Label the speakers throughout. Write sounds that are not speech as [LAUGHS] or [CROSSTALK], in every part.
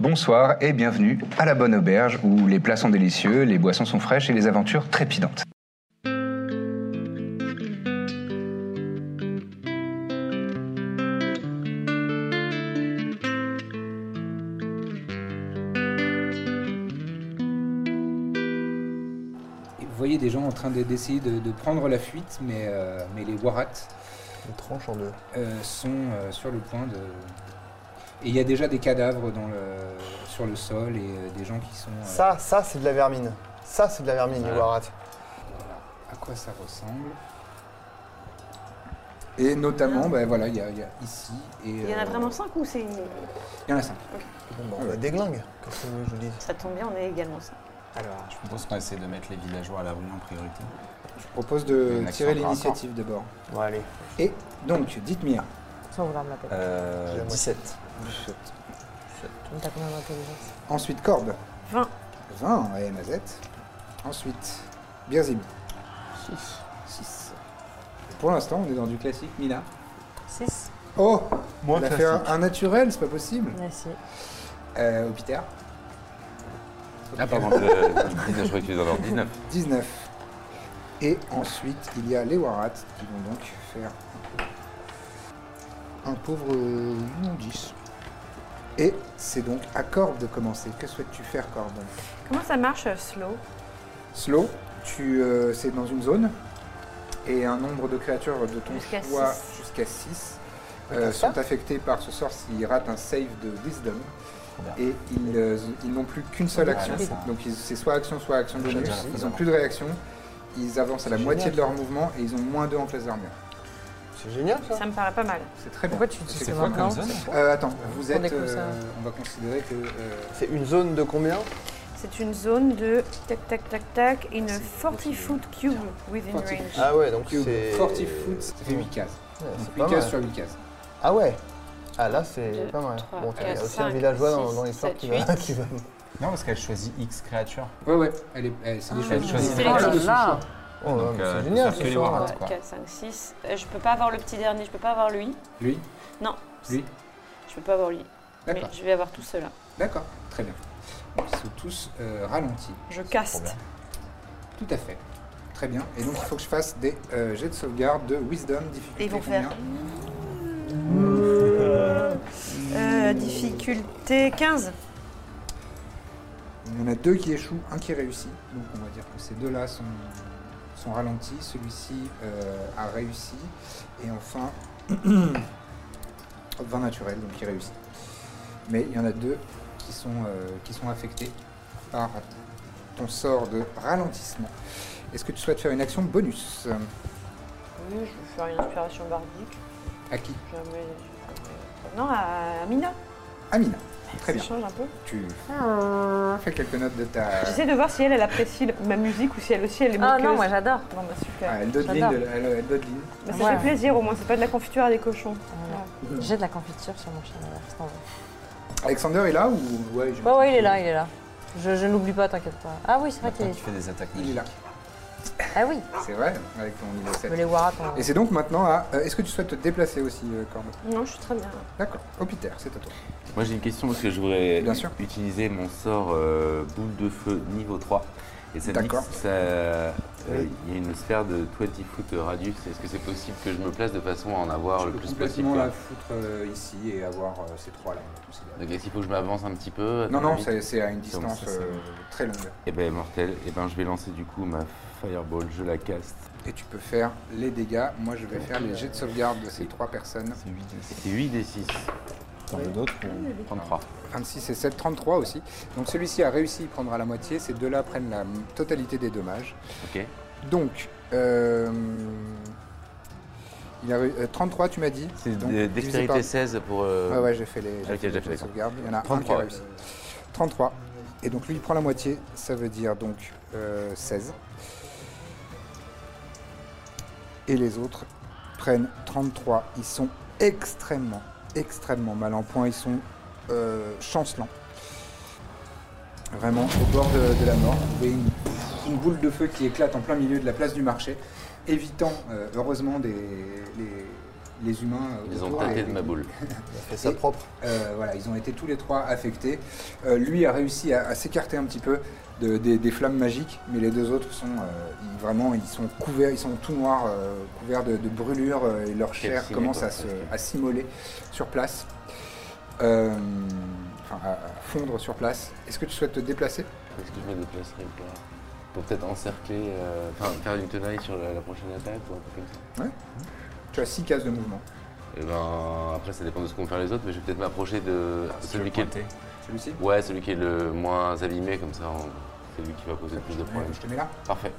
Speaker 1: Bonsoir et bienvenue à la Bonne Auberge où les plats sont délicieux, les boissons sont fraîches et les aventures trépidantes.
Speaker 2: Et vous voyez des gens en train de- d'essayer de, de prendre la fuite, mais, euh, mais les Warats
Speaker 3: On tranche en deux.
Speaker 2: euh, sont euh, sur le point de. Et il y a déjà des cadavres dans le- sur le sol et euh, des gens qui sont. euh,
Speaker 3: Ça, ça c'est de la vermine. Ça c'est de la vermine, les Warat.
Speaker 2: voilà, à quoi ça ressemble. Et notamment, ben voilà, il y, a- il y a ici. Et,
Speaker 4: Il y en a
Speaker 2: euh,
Speaker 4: vraiment 5 ou c'est une...
Speaker 2: Il y en a cinq.
Speaker 3: Bon, bah, on la déglingue. Qu'est-ce que vous voulez que je vous dise
Speaker 4: Ça tombe bien, on est également 5.
Speaker 2: Alors,
Speaker 5: Je pense qu'on essaie de mettre les villageois à l'abri en priorité.
Speaker 2: je propose
Speaker 5: Il y
Speaker 2: de
Speaker 5: en a qui
Speaker 2: tirer
Speaker 5: sont encore.
Speaker 2: l'initiative d'abord.
Speaker 3: Bon, allez.
Speaker 2: Et donc, dites-moi.
Speaker 6: Sans vouloir me la péter.
Speaker 5: Euh,
Speaker 3: J'aimerais.
Speaker 5: 17.
Speaker 6: Mais T'as combien d'intelligence
Speaker 2: Ensuite, Corbe.
Speaker 4: 20.
Speaker 2: 20, et Mazette. Ensuite, Birzim.
Speaker 6: 6.
Speaker 2: 6. Pour l'instant, on est dans du classique, Mina.
Speaker 6: 6
Speaker 2: Oh
Speaker 3: Moi,
Speaker 2: On a fait un, un naturel, c'est pas possible.
Speaker 6: Merci.
Speaker 2: Euh, Hopiter,
Speaker 5: Ah, pardon, je, je crois que tu es dans l'ordre. 19.
Speaker 2: 19. Et ensuite, il y a les Warats qui vont donc faire un pauvre euh, 10. Et c'est donc à Corbe de commencer. Que souhaites-tu faire, Corbe
Speaker 4: Comment ça marche, euh, slow
Speaker 2: Slow, tu, euh, c'est dans une zone, et un nombre de créatures de ton
Speaker 4: Jusqu'à
Speaker 2: choix
Speaker 4: six.
Speaker 2: jusqu'à 6 sont affectées par ce sort s'ils ratent un save de Wisdom. Et ils, euh, ils n'ont plus qu'une seule action. Donc ils- c'est soit action, soit action bonus. Ils n'ont plus de réaction. Ils avancent à la moitié de leur mouvement et ils ont moins 2 en classe d'armure.
Speaker 3: C'est génial ça.
Speaker 4: Ça me paraît pas mal.
Speaker 2: C'est très bien.
Speaker 6: Pourquoi tu dis
Speaker 2: C'est
Speaker 6: ça
Speaker 2: quoi
Speaker 6: maintenant
Speaker 2: Euh, attends, vous
Speaker 6: Prenez
Speaker 2: êtes.
Speaker 6: comme
Speaker 2: euh,
Speaker 6: ça.
Speaker 2: on va considérer que. euh,
Speaker 3: C'est une zone de combien
Speaker 4: C'est une zone de tac tac tac tac, une 40 foot cube within
Speaker 2: 40
Speaker 4: range.
Speaker 3: Ah ouais, donc
Speaker 2: cube,
Speaker 3: c'est.
Speaker 2: 40 foot, ça fait 8 cases.
Speaker 3: Ouais,
Speaker 2: Donc
Speaker 3: c'est
Speaker 2: 8
Speaker 3: pas
Speaker 2: cases
Speaker 3: mal.
Speaker 2: sur 8 cases.
Speaker 3: Ah ouais. Ah là
Speaker 4: Deux,
Speaker 3: c'est pas mal.
Speaker 4: trois,
Speaker 3: Bon, tiens, il y a
Speaker 4: quatre,
Speaker 3: aussi un
Speaker 4: cinq,
Speaker 3: villageois dans,
Speaker 4: six,
Speaker 3: dans l'histoire
Speaker 4: sept,
Speaker 3: qui va. [LAUGHS]
Speaker 4: huit.
Speaker 3: qui va-
Speaker 5: Non, parce qu'elle choisit X créatures.
Speaker 2: Ouais, ouais, elle est, elle- c'est des
Speaker 5: Elle
Speaker 2: choses.
Speaker 5: choisit
Speaker 4: C'est
Speaker 6: Oh
Speaker 4: les
Speaker 6: là
Speaker 4: trucs
Speaker 6: là
Speaker 3: Oh, non, mais
Speaker 5: euh,
Speaker 3: c'est génial
Speaker 5: faut
Speaker 3: ce
Speaker 5: faire que les
Speaker 3: soir.
Speaker 5: Warats.
Speaker 3: Ouais.
Speaker 4: 4, 5, 6. Euh, Je peux pas avoir le petit dernier, je peux pas avoir lui.
Speaker 2: Lui
Speaker 4: Non.
Speaker 2: Lui
Speaker 4: Je peux pas avoir lui. Mais
Speaker 2: D'accord,
Speaker 4: je vais avoir tout cela.
Speaker 2: d'accord, très bien. Donc, ils sont tous euh, ralentis.
Speaker 4: Je caste.
Speaker 2: Tout à fait. Très bien. Et donc, il faut que je fasse des euh, jets de sauvegarde de Wisdom, difficulté.
Speaker 4: Et ils vont faire.
Speaker 2: combien
Speaker 4: Euh, difficulté 15.
Speaker 2: Il y en a deux qui échouent, un qui réussit. Donc, on va dire que ces deux-là sont, sont ralentis. Celui-ci euh, a réussi. Et enfin, [CLEARS THROAT] 20 naturel, donc il réussit. Mais il y en a deux qui sont, euh, qui sont affectés par ton sort de ralentissement. Est-ce que tu souhaites faire une action bonus euh,
Speaker 4: Oui, je vais faire une inspiration bardique.
Speaker 2: À qui
Speaker 4: Non, à Mina.
Speaker 2: Amina. Très
Speaker 4: Ça
Speaker 2: bien.
Speaker 4: change un peu.
Speaker 2: Tu
Speaker 6: Ah.
Speaker 2: fais quelques notes de ta.
Speaker 4: J'essaie de voir si elle, elle apprécie le- ma musique ou si elle aussi, elle est
Speaker 6: Ah
Speaker 4: moqueuse.
Speaker 6: non, moi j'adore
Speaker 4: Bon, bah super.
Speaker 2: Ah, elle donne ligne,
Speaker 6: J'adore.
Speaker 2: de- elle, elle donne ligne.
Speaker 4: Bah, ça
Speaker 6: Ouais.
Speaker 4: fait plaisir au moins, c'est pas de la confiture à des cochons.
Speaker 6: J'ai de la confiture sur mon chien d'ailleurs, c'est en vrai.
Speaker 2: Alexander est là ou ouais, je-
Speaker 6: Bah Ouais, ouais, il est là, il est là. Je, je n'oublie pas, t'inquiète pas. Ah oui, c'est vrai qu'il
Speaker 5: Maintenant,
Speaker 6: est.
Speaker 5: tu fais des attaques
Speaker 2: Il est là.
Speaker 6: Ah oui,
Speaker 2: C'est vrai, avec ton niveau
Speaker 6: mais
Speaker 2: 7.
Speaker 6: les Warats ont.
Speaker 2: Et c'est donc maintenant à. euh, Est-ce que tu souhaites te déplacer aussi, euh, Corbeau
Speaker 4: Non, je suis très bien.
Speaker 2: D'accord. Hopiter, c'est à toi.
Speaker 7: Moi j'ai une question parce que je voudrais
Speaker 2: Bien sûr.
Speaker 7: utiliser mon sort euh, boule de feu niveau 3. Et ça me dit que
Speaker 2: D'accord.
Speaker 7: ça, euh, il y a une sphère de 20 foot de radius. Est-ce que c'est possible que je me place de façon à en avoir
Speaker 2: Je
Speaker 7: le
Speaker 2: peux
Speaker 7: plus possible
Speaker 2: complètement
Speaker 7: quoi
Speaker 2: la foutre euh, ici et avoir euh, ces trois là. on va considérer.
Speaker 7: Donc est-ce qu'il faut que je m'avance un petit peu à
Speaker 2: Non,
Speaker 7: ton
Speaker 2: non,
Speaker 7: avis
Speaker 2: c'est c'est à une
Speaker 7: C'est bon,
Speaker 2: distance
Speaker 7: ça, c'est
Speaker 2: euh, très longue.
Speaker 7: Eh ben mortel, eh ben, je vais lancer du coup ma fireball, je la caste.
Speaker 2: Et tu peux faire les dégâts. Moi, je vais faire les jets de sauvegarde de ces trois personnes.
Speaker 5: C'est 8 et
Speaker 7: C'est 8 des 6,
Speaker 5: T'en veux d'autres ou...
Speaker 7: 33.
Speaker 2: 26 et 7, 33 aussi. Donc celui-ci a réussi, il prendra la moitié. Ces deux-là prennent la totalité des dommages.
Speaker 7: Ok.
Speaker 2: Donc, euh, Il a eu, euh, 33, tu m'as dit.
Speaker 7: C'est
Speaker 2: donc,
Speaker 7: de-
Speaker 2: divisé par-
Speaker 7: dextérité 16 pour. euh,
Speaker 2: Ouais, ouais, j'ai fait les, j'ai
Speaker 7: Ok,
Speaker 2: fait les
Speaker 7: j'ai fait les
Speaker 2: sauvegardes. Il y en a un qui
Speaker 7: 33,
Speaker 2: a
Speaker 7: ouais.
Speaker 2: réussi. 33. Et donc lui, il prend la moitié, ça veut dire donc euh, 16. Et les autres prennent 33. Ils sont extrêmement, extrêmement mal en point. Ils sont euh, chancelants. Vraiment au bord de, de la mort. Vous voyez une, une boule de feu qui éclate en plein milieu de la place du marché, évitant euh, heureusement des, les, les humains. euh,
Speaker 7: Ils ont
Speaker 2: autour,
Speaker 7: tâté
Speaker 2: les-
Speaker 7: de ma boule.
Speaker 3: Il a fait ça
Speaker 2: Et-
Speaker 3: propre.
Speaker 2: euh, voilà, ils ont été tous les trois affectés. Euh, lui a réussi à, à s'écarter un petit peu de- des- des flammes magiques, mais les deux autres sont euh, ils- vraiment, ils sont couverts, ils sont tout noirs, euh, couverts de, de brûlures euh, et leur chair
Speaker 7: Calcinés,
Speaker 2: commence
Speaker 7: quoi,
Speaker 2: à se-
Speaker 7: presque.
Speaker 2: à s'immoler sur place, Euh, enfin, à, à fondre sur place. Est-ce que tu souhaites te déplacer
Speaker 7: Est-ce que je me déplacerai ou pas Pour peut-être encercler, euh, enfin faire une tenaille sur la, la prochaine attaque ou un truc comme ça
Speaker 2: Tu as six cases de mouvement.
Speaker 7: Et ben après ça dépend de ce qu'ont faire les autres, mais je vais peut-être m'approcher de celui qui est.
Speaker 2: Celui-ci
Speaker 7: Ouais, celui qui est le moins abîmé, comme ça on- c'est lui qui va poser le plus de problèmes.
Speaker 2: Je te mets là.
Speaker 7: Parfait.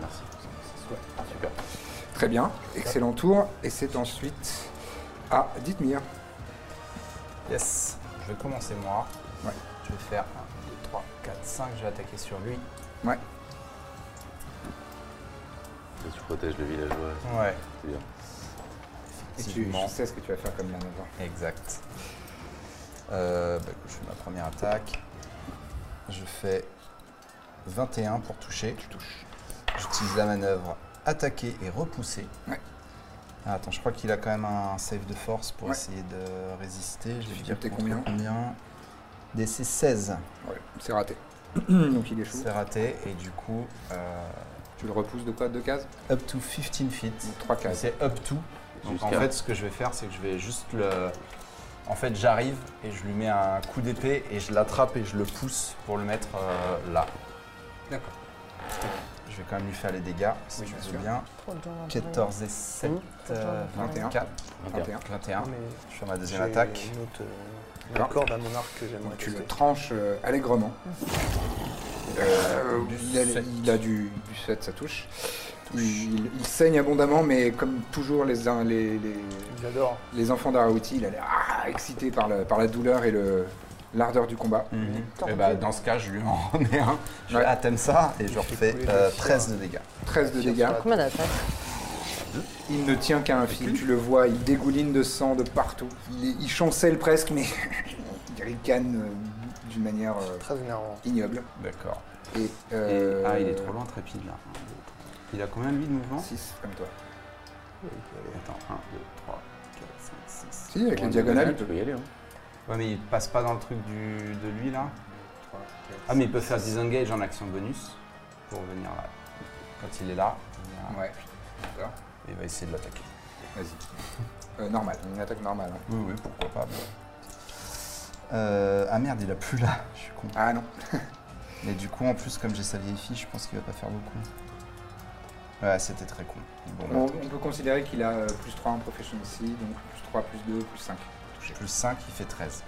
Speaker 7: Merci. Super.
Speaker 2: Très bien, excellent tour. Et c'est ensuite à Dithmir.
Speaker 8: Yes. Je vais commencer moi.
Speaker 2: Ouais.
Speaker 8: Je vais faire 1, 2, 3, 4, 5. Je vais attaquer sur lui.
Speaker 2: Ouais.
Speaker 7: Et tu protèges le villageois,
Speaker 8: Ouais.
Speaker 7: c'est bien.
Speaker 2: Et tu, je sais ce que tu vas faire comme la manœuvre.
Speaker 8: Exact. Euh, bah, je fais ma première attaque. Je fais 21 pour toucher. Tu touches. J'utilise la manœuvre attaquer et repousser.
Speaker 2: Ouais.
Speaker 8: Ah, attends, je crois qu'il a quand même un save de force pour
Speaker 2: Ouais.
Speaker 8: essayer de résister. Je vais dire
Speaker 2: Difficulté
Speaker 8: contre
Speaker 2: combien
Speaker 8: combien DC 16.
Speaker 2: Ouais,
Speaker 8: [CLEARS THROAT]
Speaker 2: c'est raté. Donc il échoue.
Speaker 8: C'est raté et du coup, euh,
Speaker 2: Tu le repousses de quoi De cases
Speaker 8: up to 15 feet.
Speaker 2: Donc 3 cases.
Speaker 8: C'est up to. Donc en
Speaker 7: Jusqu'à-
Speaker 8: fait, ce que je vais faire, c'est que je vais juste le. En fait, j'arrive et je lui mets un coup d'épée et je l'attrape et je le pousse pour le mettre euh, là.
Speaker 2: D'accord.
Speaker 8: Je vais quand même lui faire les dégâts, si
Speaker 2: Oui,
Speaker 8: tu
Speaker 2: bien
Speaker 8: veux
Speaker 2: sûr.
Speaker 8: bien.
Speaker 6: Trop de gens dans le
Speaker 8: 14 et 7, euh,
Speaker 2: 21.
Speaker 8: 24,
Speaker 2: 21.
Speaker 8: 21.
Speaker 3: Mmh. mais
Speaker 8: Je fais ma deuxième attaque.
Speaker 3: Une autre,
Speaker 2: D'accord.
Speaker 3: corde à mon arc que j'aimerais
Speaker 2: Donc tu le
Speaker 3: tester.
Speaker 2: tranches euh, allègrement. Euh,
Speaker 8: Du
Speaker 2: il, a,
Speaker 8: sept.
Speaker 2: il a du, du 7, ça touche. Il, il- il saigne abondamment, mais comme toujours les, uns- les, les,
Speaker 3: Ils adorent.
Speaker 2: les enfants d'Arauti, il a l'air ah, excité par, la- par la douleur et le- l'ardeur du combat. Eh ben,
Speaker 8: Mhm. Et bah, dans ce cas, je lui en remets un. Je
Speaker 2: Ouais.
Speaker 8: fais, ah, t'aimes ça Et je leur
Speaker 3: fait
Speaker 8: fais
Speaker 3: couler
Speaker 8: euh,
Speaker 3: le chien.
Speaker 8: 13 de dégâts.
Speaker 2: 13 de dégâts.
Speaker 6: Ah, Combien d'attaques
Speaker 2: Il ne tient qu'à un fil, tu le vois, il dégouline de sang de partout. Il, est- il chancelle presque, mais [LAUGHS] il ricane euh, d'une manière euh,
Speaker 3: Très énervant.
Speaker 2: ignoble.
Speaker 8: D'accord.
Speaker 2: Et,
Speaker 8: Et-
Speaker 2: euh,
Speaker 8: Ah, il est trop loin, Trépide, là. Il a combien, lui, de mouvement
Speaker 2: 6, comme toi.
Speaker 8: Attends, 1, 2, 3, 4, 5, 6.
Speaker 2: Si, avec
Speaker 7: Bon,
Speaker 2: les diagonales,
Speaker 7: tu peux y aller. Hein.
Speaker 8: Ouais, mais il passe pas dans le truc du, de lui là. Ah, mais il peut faire disengage en action bonus pour venir là. Quand il est là, il, va-
Speaker 2: Ouais, d'accord.
Speaker 8: il va essayer de l'attaquer.
Speaker 2: Vas-y. Euh, normal, une attaque normale. hein.
Speaker 8: Oui, oui, pourquoi pas. Euh, ah merde, il a plus là, je suis con.
Speaker 2: Ah non,
Speaker 8: Mais du coup, en plus, comme j'ai sa vieille fiche, je pense qu'il va pas faire beaucoup. Ouais, c'était très con. Bon,
Speaker 2: on,
Speaker 8: bah,
Speaker 2: on peut considérer qu'il a euh, plus 3 en profession ici, donc plus 3, plus 2, plus 5.
Speaker 8: plus 5, il fait 13.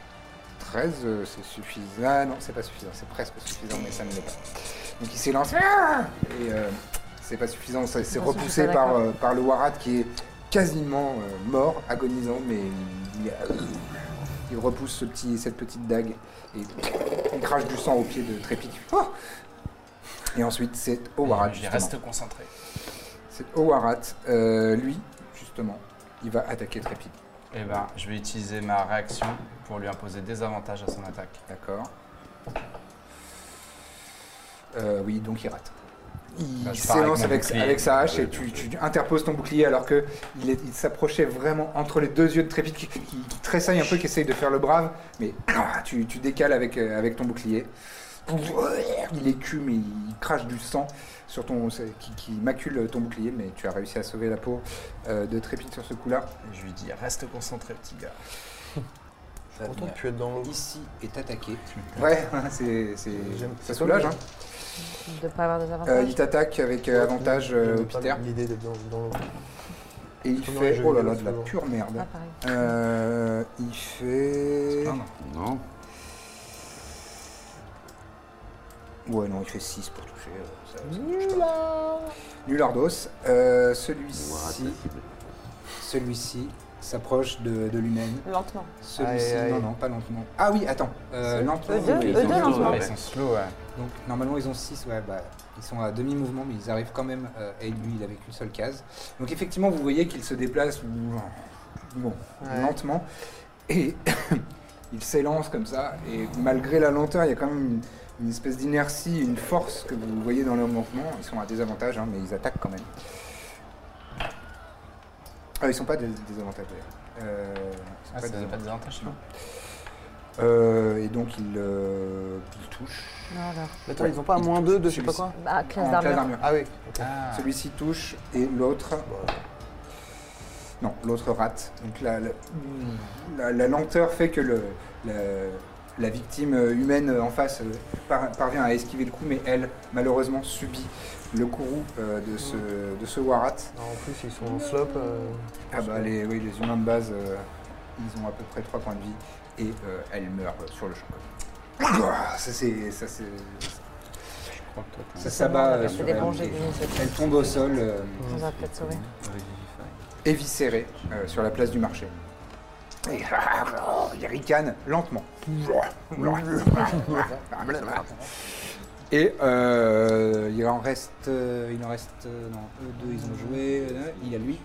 Speaker 2: 13, euh, c'est suffisant. Ah non, c'est pas suffisant, c'est presque suffisant, mais ça ne l'est pas. Donc il s'est lancé. ah Et euh, c'est pas suffisant, ça- c'est
Speaker 6: Non, ça, je suis
Speaker 2: repoussé
Speaker 6: pas
Speaker 2: par,
Speaker 6: d'accord.
Speaker 2: euh, par le Warat qui est quasiment euh, mort, agonisant, mais il, euh, il repousse ce petit, cette petite dague et il crache du sang au pied de Trépic. Oh et ensuite, c'est au Warat.
Speaker 8: Il
Speaker 2: justement.
Speaker 8: reste concentré.
Speaker 2: C'est Owarat. Euh, lui, justement, il va attaquer Trépide.
Speaker 8: Et ben, je vais utiliser ma réaction pour lui imposer des avantages à son attaque.
Speaker 2: D'accord. Euh, oui, donc il rate.
Speaker 8: Bah,
Speaker 2: Il
Speaker 8: je pars avec
Speaker 2: s'élance
Speaker 8: mon
Speaker 2: avec,
Speaker 8: bouclier.
Speaker 2: avec sa hache et tu, tu interposes ton bouclier alors que il, est- il s'approchait vraiment entre les deux yeux de Trépide qui, qui- qui tressaille un peu, qui essaye de faire le brave, mais [CLEARS THROAT] ah, tu, tu décales avec, euh, avec ton bouclier. Il écume, il, il crache du sang sur ton, qui, qui macule ton bouclier, mais tu as réussi à sauver la peau euh, de Trépide sur ce coup-là.
Speaker 8: Et Je lui dis, reste concentré, petit gars.
Speaker 3: Pourtant, tu es dans l'eau.
Speaker 2: ici est attaqué. Ouais, [LAUGHS] c'est, c'est,
Speaker 3: J'aime-
Speaker 2: ça soulage. Hein.
Speaker 6: De pas avoir des
Speaker 2: Euh,
Speaker 6: avantages
Speaker 2: il t'attaque avec euh, avantage euh,
Speaker 3: J'aime pas
Speaker 2: Peter
Speaker 3: L'idée d'être dans, dans l'eau.
Speaker 8: Ah,
Speaker 2: et il
Speaker 3: Comment
Speaker 2: fait
Speaker 3: je
Speaker 2: oh là
Speaker 3: vais
Speaker 2: là
Speaker 3: le
Speaker 2: de la
Speaker 3: faire
Speaker 2: pure
Speaker 6: Ah,
Speaker 2: merde.
Speaker 6: pareil.
Speaker 2: Euh, il fait
Speaker 8: Non, non.
Speaker 7: Non.
Speaker 2: ouais non il fait 6 pour toucher. euh, Ça, ça marche pas. Nulardos. Euh,
Speaker 7: On
Speaker 2: celui-ci
Speaker 7: cible.
Speaker 2: Celui-ci s'approche de, de lui-même.
Speaker 6: Lentement.
Speaker 2: Celui-ci,
Speaker 8: Aïe, aïe.
Speaker 2: non, non, pas lentement. Ah oui, attends, euh, lentement.
Speaker 6: Eux deux,
Speaker 2: oui,
Speaker 6: eux
Speaker 2: ils ont-
Speaker 6: deux
Speaker 2: ils ont-
Speaker 6: lentement.
Speaker 8: Ils sont slow, ouais.
Speaker 2: Donc normalement ils ont 6, ouais, bah, ils sont à demi-mouvement, mais ils arrivent quand même, euh, et lui il avait qu'une seule case. Donc effectivement vous voyez qu'il se déplace bon,
Speaker 3: Ouais.
Speaker 2: lentement, et [COUGHS] il s'élance comme ça, et malgré la lenteur il y a quand même une, une espèce d'inertie, une force que vous voyez dans leur mouvement. Ils sont à désavantage, hein, mais ils attaquent quand même. Ah ils sont pas à dés- désavantage d'ailleurs. Euh, ils sont
Speaker 8: Ah,
Speaker 2: pas
Speaker 8: ça donne pas de
Speaker 2: désavantage.
Speaker 8: désavantage, non
Speaker 2: Euh, et donc il, euh, il touche.
Speaker 6: Alors.
Speaker 3: Mais attends, ils ont pas un moins 2 de je sais pas quoi
Speaker 6: Bah, classe
Speaker 2: En
Speaker 6: d'armure.
Speaker 2: d'armure.
Speaker 3: Ah oui.
Speaker 8: Ah,
Speaker 2: Celui-ci touche et l'autre. Non, l'autre rate. Donc la, la- la- la lenteur fait que le, la, la victime euh, humaine euh, en face euh, par- parvient à esquiver le coup, mais elle, malheureusement, subit le courroux euh, de, ce, de ce Warat.
Speaker 3: Non, en plus, ils sont en slope. euh,
Speaker 2: Ah bah, les, oui, les humains de base, euh, ils ont à peu près 3 points de vie et euh, elle meurt euh, sur le champ. Ça, c'est. Ça, c'est-
Speaker 8: je crois que toi, t'es un-
Speaker 2: ça s'abat
Speaker 6: on
Speaker 2: euh,
Speaker 6: a
Speaker 2: sur
Speaker 6: fait des
Speaker 2: elle.
Speaker 6: bons jets
Speaker 2: et
Speaker 6: d'initiative.
Speaker 2: Elle tombe au sol. euh,
Speaker 6: On va peut-être sauver.
Speaker 2: éviscéré euh, sur la place du marché. Et ah, il ricane lentement. Et euh, il en reste, euh, il en reste, euh, non, eux deux ils ont joué, euh, il y a lui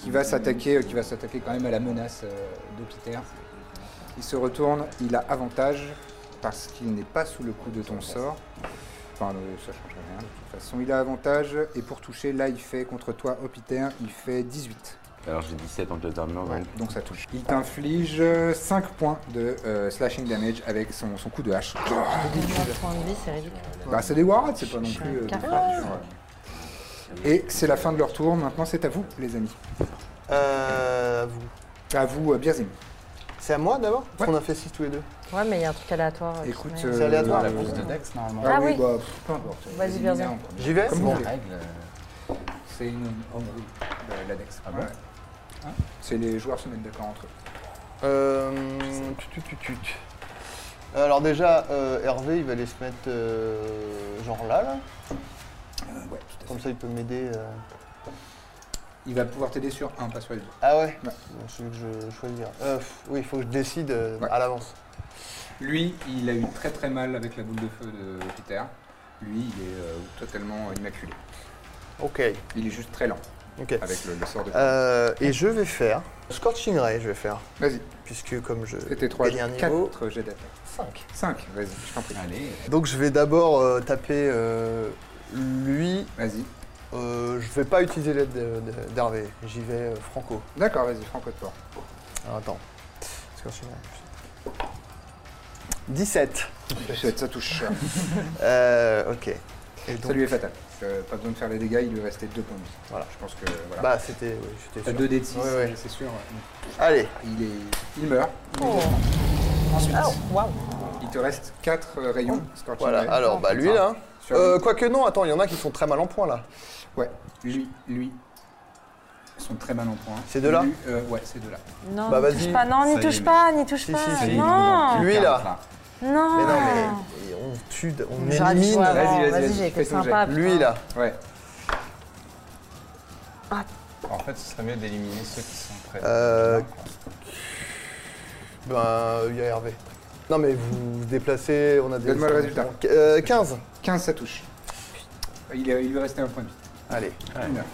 Speaker 2: qui va s'attaquer, euh, qui va s'attaquer quand même à la menace euh, de Peter. Il se retourne, il a avantage parce qu'il n'est pas sous le coup de ton sort. Enfin, euh, ça change rien de toute façon. Il a avantage et pour toucher, là il fait contre toi, au Peter, il fait 18.
Speaker 7: Alors j'ai 17 en plus d'armure, donc.
Speaker 2: Donc ça touche. Il t'inflige 5 points de euh, slashing damage avec son, son coup de hache.
Speaker 6: Moins de points de vie, c'est ridicule.
Speaker 2: Bah c'est des warats, c'est pas non plus... euh, des frappes. Et c'est la fin de leur tour, maintenant c'est à vous les amis.
Speaker 3: Euh. vous.
Speaker 2: À vous euh, Birzim.
Speaker 3: C'est à moi d'abord Parce
Speaker 2: Ouais.
Speaker 3: qu'on a fait 6 tous les deux.
Speaker 6: Ouais, mais il y a un truc aléatoire. euh, qui
Speaker 2: Écoute...
Speaker 6: se met-
Speaker 3: C'est aléatoire,
Speaker 8: la pose de Dex, normalement.
Speaker 2: Ah,
Speaker 6: Ah
Speaker 2: oui,
Speaker 6: oui.
Speaker 2: bah pff, peu importe.
Speaker 6: Vas-y,
Speaker 2: Éliminer
Speaker 6: Birzim.
Speaker 2: en premier.
Speaker 3: J'y vais
Speaker 2: Comme
Speaker 3: Bon.
Speaker 2: vous voulez.
Speaker 8: Règle. euh,
Speaker 2: C'est une en gros, euh, la Dex.
Speaker 8: Ah bon
Speaker 2: Ouais. Hein C'est les joueurs se mettent d'accord entre eux.
Speaker 3: Euh. tut, tut, tut, tut. Alors déjà, euh, Hervé, il va aller se mettre euh, genre là, là.
Speaker 2: Euh, ouais, tout à fait.
Speaker 3: Comme ça, il peut m'aider. euh.
Speaker 2: Il va pouvoir t'aider sur un, pas sur les deux.
Speaker 3: Ah ouais
Speaker 2: Ouais.
Speaker 3: Bon, Celui que je choisir. Euh, pff, oui, il faut que je décide euh,
Speaker 2: Ouais.
Speaker 3: à l'avance.
Speaker 2: Lui, il a eu très très mal avec la boule de feu de Peter. Lui, il est euh, totalement immaculé.
Speaker 3: Ok,
Speaker 2: Il est juste très lent
Speaker 3: ok.
Speaker 2: avec le, le sort de.
Speaker 3: Euh, et je vais faire Scorching Ray, je vais faire.
Speaker 2: Vas-y,
Speaker 3: Puisque comme je
Speaker 2: fais tes 3
Speaker 3: gagne un niveau,
Speaker 2: 4 jets d'attaque.
Speaker 3: 5.
Speaker 2: 5, vas-y, je t'en prie.
Speaker 8: Allez,
Speaker 3: Donc je vais d'abord euh, taper euh, lui.
Speaker 2: Vas-y.
Speaker 3: Euh, je vais pas utiliser l'aide de- de- d'Hervé. J'y vais euh, franco.
Speaker 2: D'accord, vas-y, Franco de Port.
Speaker 3: Alors attends. Scorching Ray. 17.
Speaker 2: Ça touche.
Speaker 3: [LAUGHS] Euh, ok. Et
Speaker 2: Ça
Speaker 3: donc,
Speaker 2: lui est fatal. Euh, pas besoin de faire les dégâts, il lui restait 2 points de vie.
Speaker 3: Voilà.
Speaker 2: Je pense que. Voilà. Euh,
Speaker 3: bah c'était, oui, j'étais
Speaker 2: T'as
Speaker 3: sûr.
Speaker 2: 2 dés de 6,
Speaker 3: Ouais, ouais.
Speaker 2: c'est sûr.
Speaker 3: Allez,
Speaker 2: Il, est... il meurt.
Speaker 6: Oh.
Speaker 2: Ensuite,
Speaker 6: Ah, waouh.
Speaker 2: il te reste 4 rayons.
Speaker 6: Oh.
Speaker 2: Scorching
Speaker 3: voilà.
Speaker 2: Ray.
Speaker 3: Alors bah lui là.
Speaker 2: hein. Sur lui.
Speaker 3: Euh, Quoique non, attends, il y en a qui sont très mal en point là.
Speaker 2: Ouais, lui, lui. Ils sont très mal en point.
Speaker 3: Ces deux-là
Speaker 2: Lui, euh, Ouais, ces deux-là.
Speaker 6: Non,
Speaker 3: Bah,
Speaker 6: n'y
Speaker 3: vas-y.
Speaker 6: touche Ah, pas, non, n'y
Speaker 8: Ça y est,
Speaker 6: touche pas, n'y touche
Speaker 3: Si,
Speaker 6: pas.
Speaker 3: si, si.
Speaker 6: Non,
Speaker 3: Lui, là. Mais non,
Speaker 6: non.
Speaker 3: mais on tue, on
Speaker 6: J'aurais dû jouer
Speaker 3: élimine.
Speaker 2: Vas-y,
Speaker 6: avant.
Speaker 2: vas-y, vas-y,
Speaker 6: Ah j'ai été
Speaker 2: fais ton jet.
Speaker 6: sympa.
Speaker 3: Lui
Speaker 6: putain.
Speaker 3: là.
Speaker 2: Ouais.
Speaker 6: Ah.
Speaker 8: en fait, ce serait mieux d'éliminer ceux qui sont près. de-
Speaker 3: Euh,
Speaker 8: Non, quoi.
Speaker 3: Ben, il y a Hervé. Non, mais vous vous déplacez, on a des.
Speaker 2: Donne-moi le résultat.
Speaker 3: Euh, 15.
Speaker 2: 15, ça touche. Il, est- il lui restait un point de vie.
Speaker 3: Allez.
Speaker 2: Il meurt.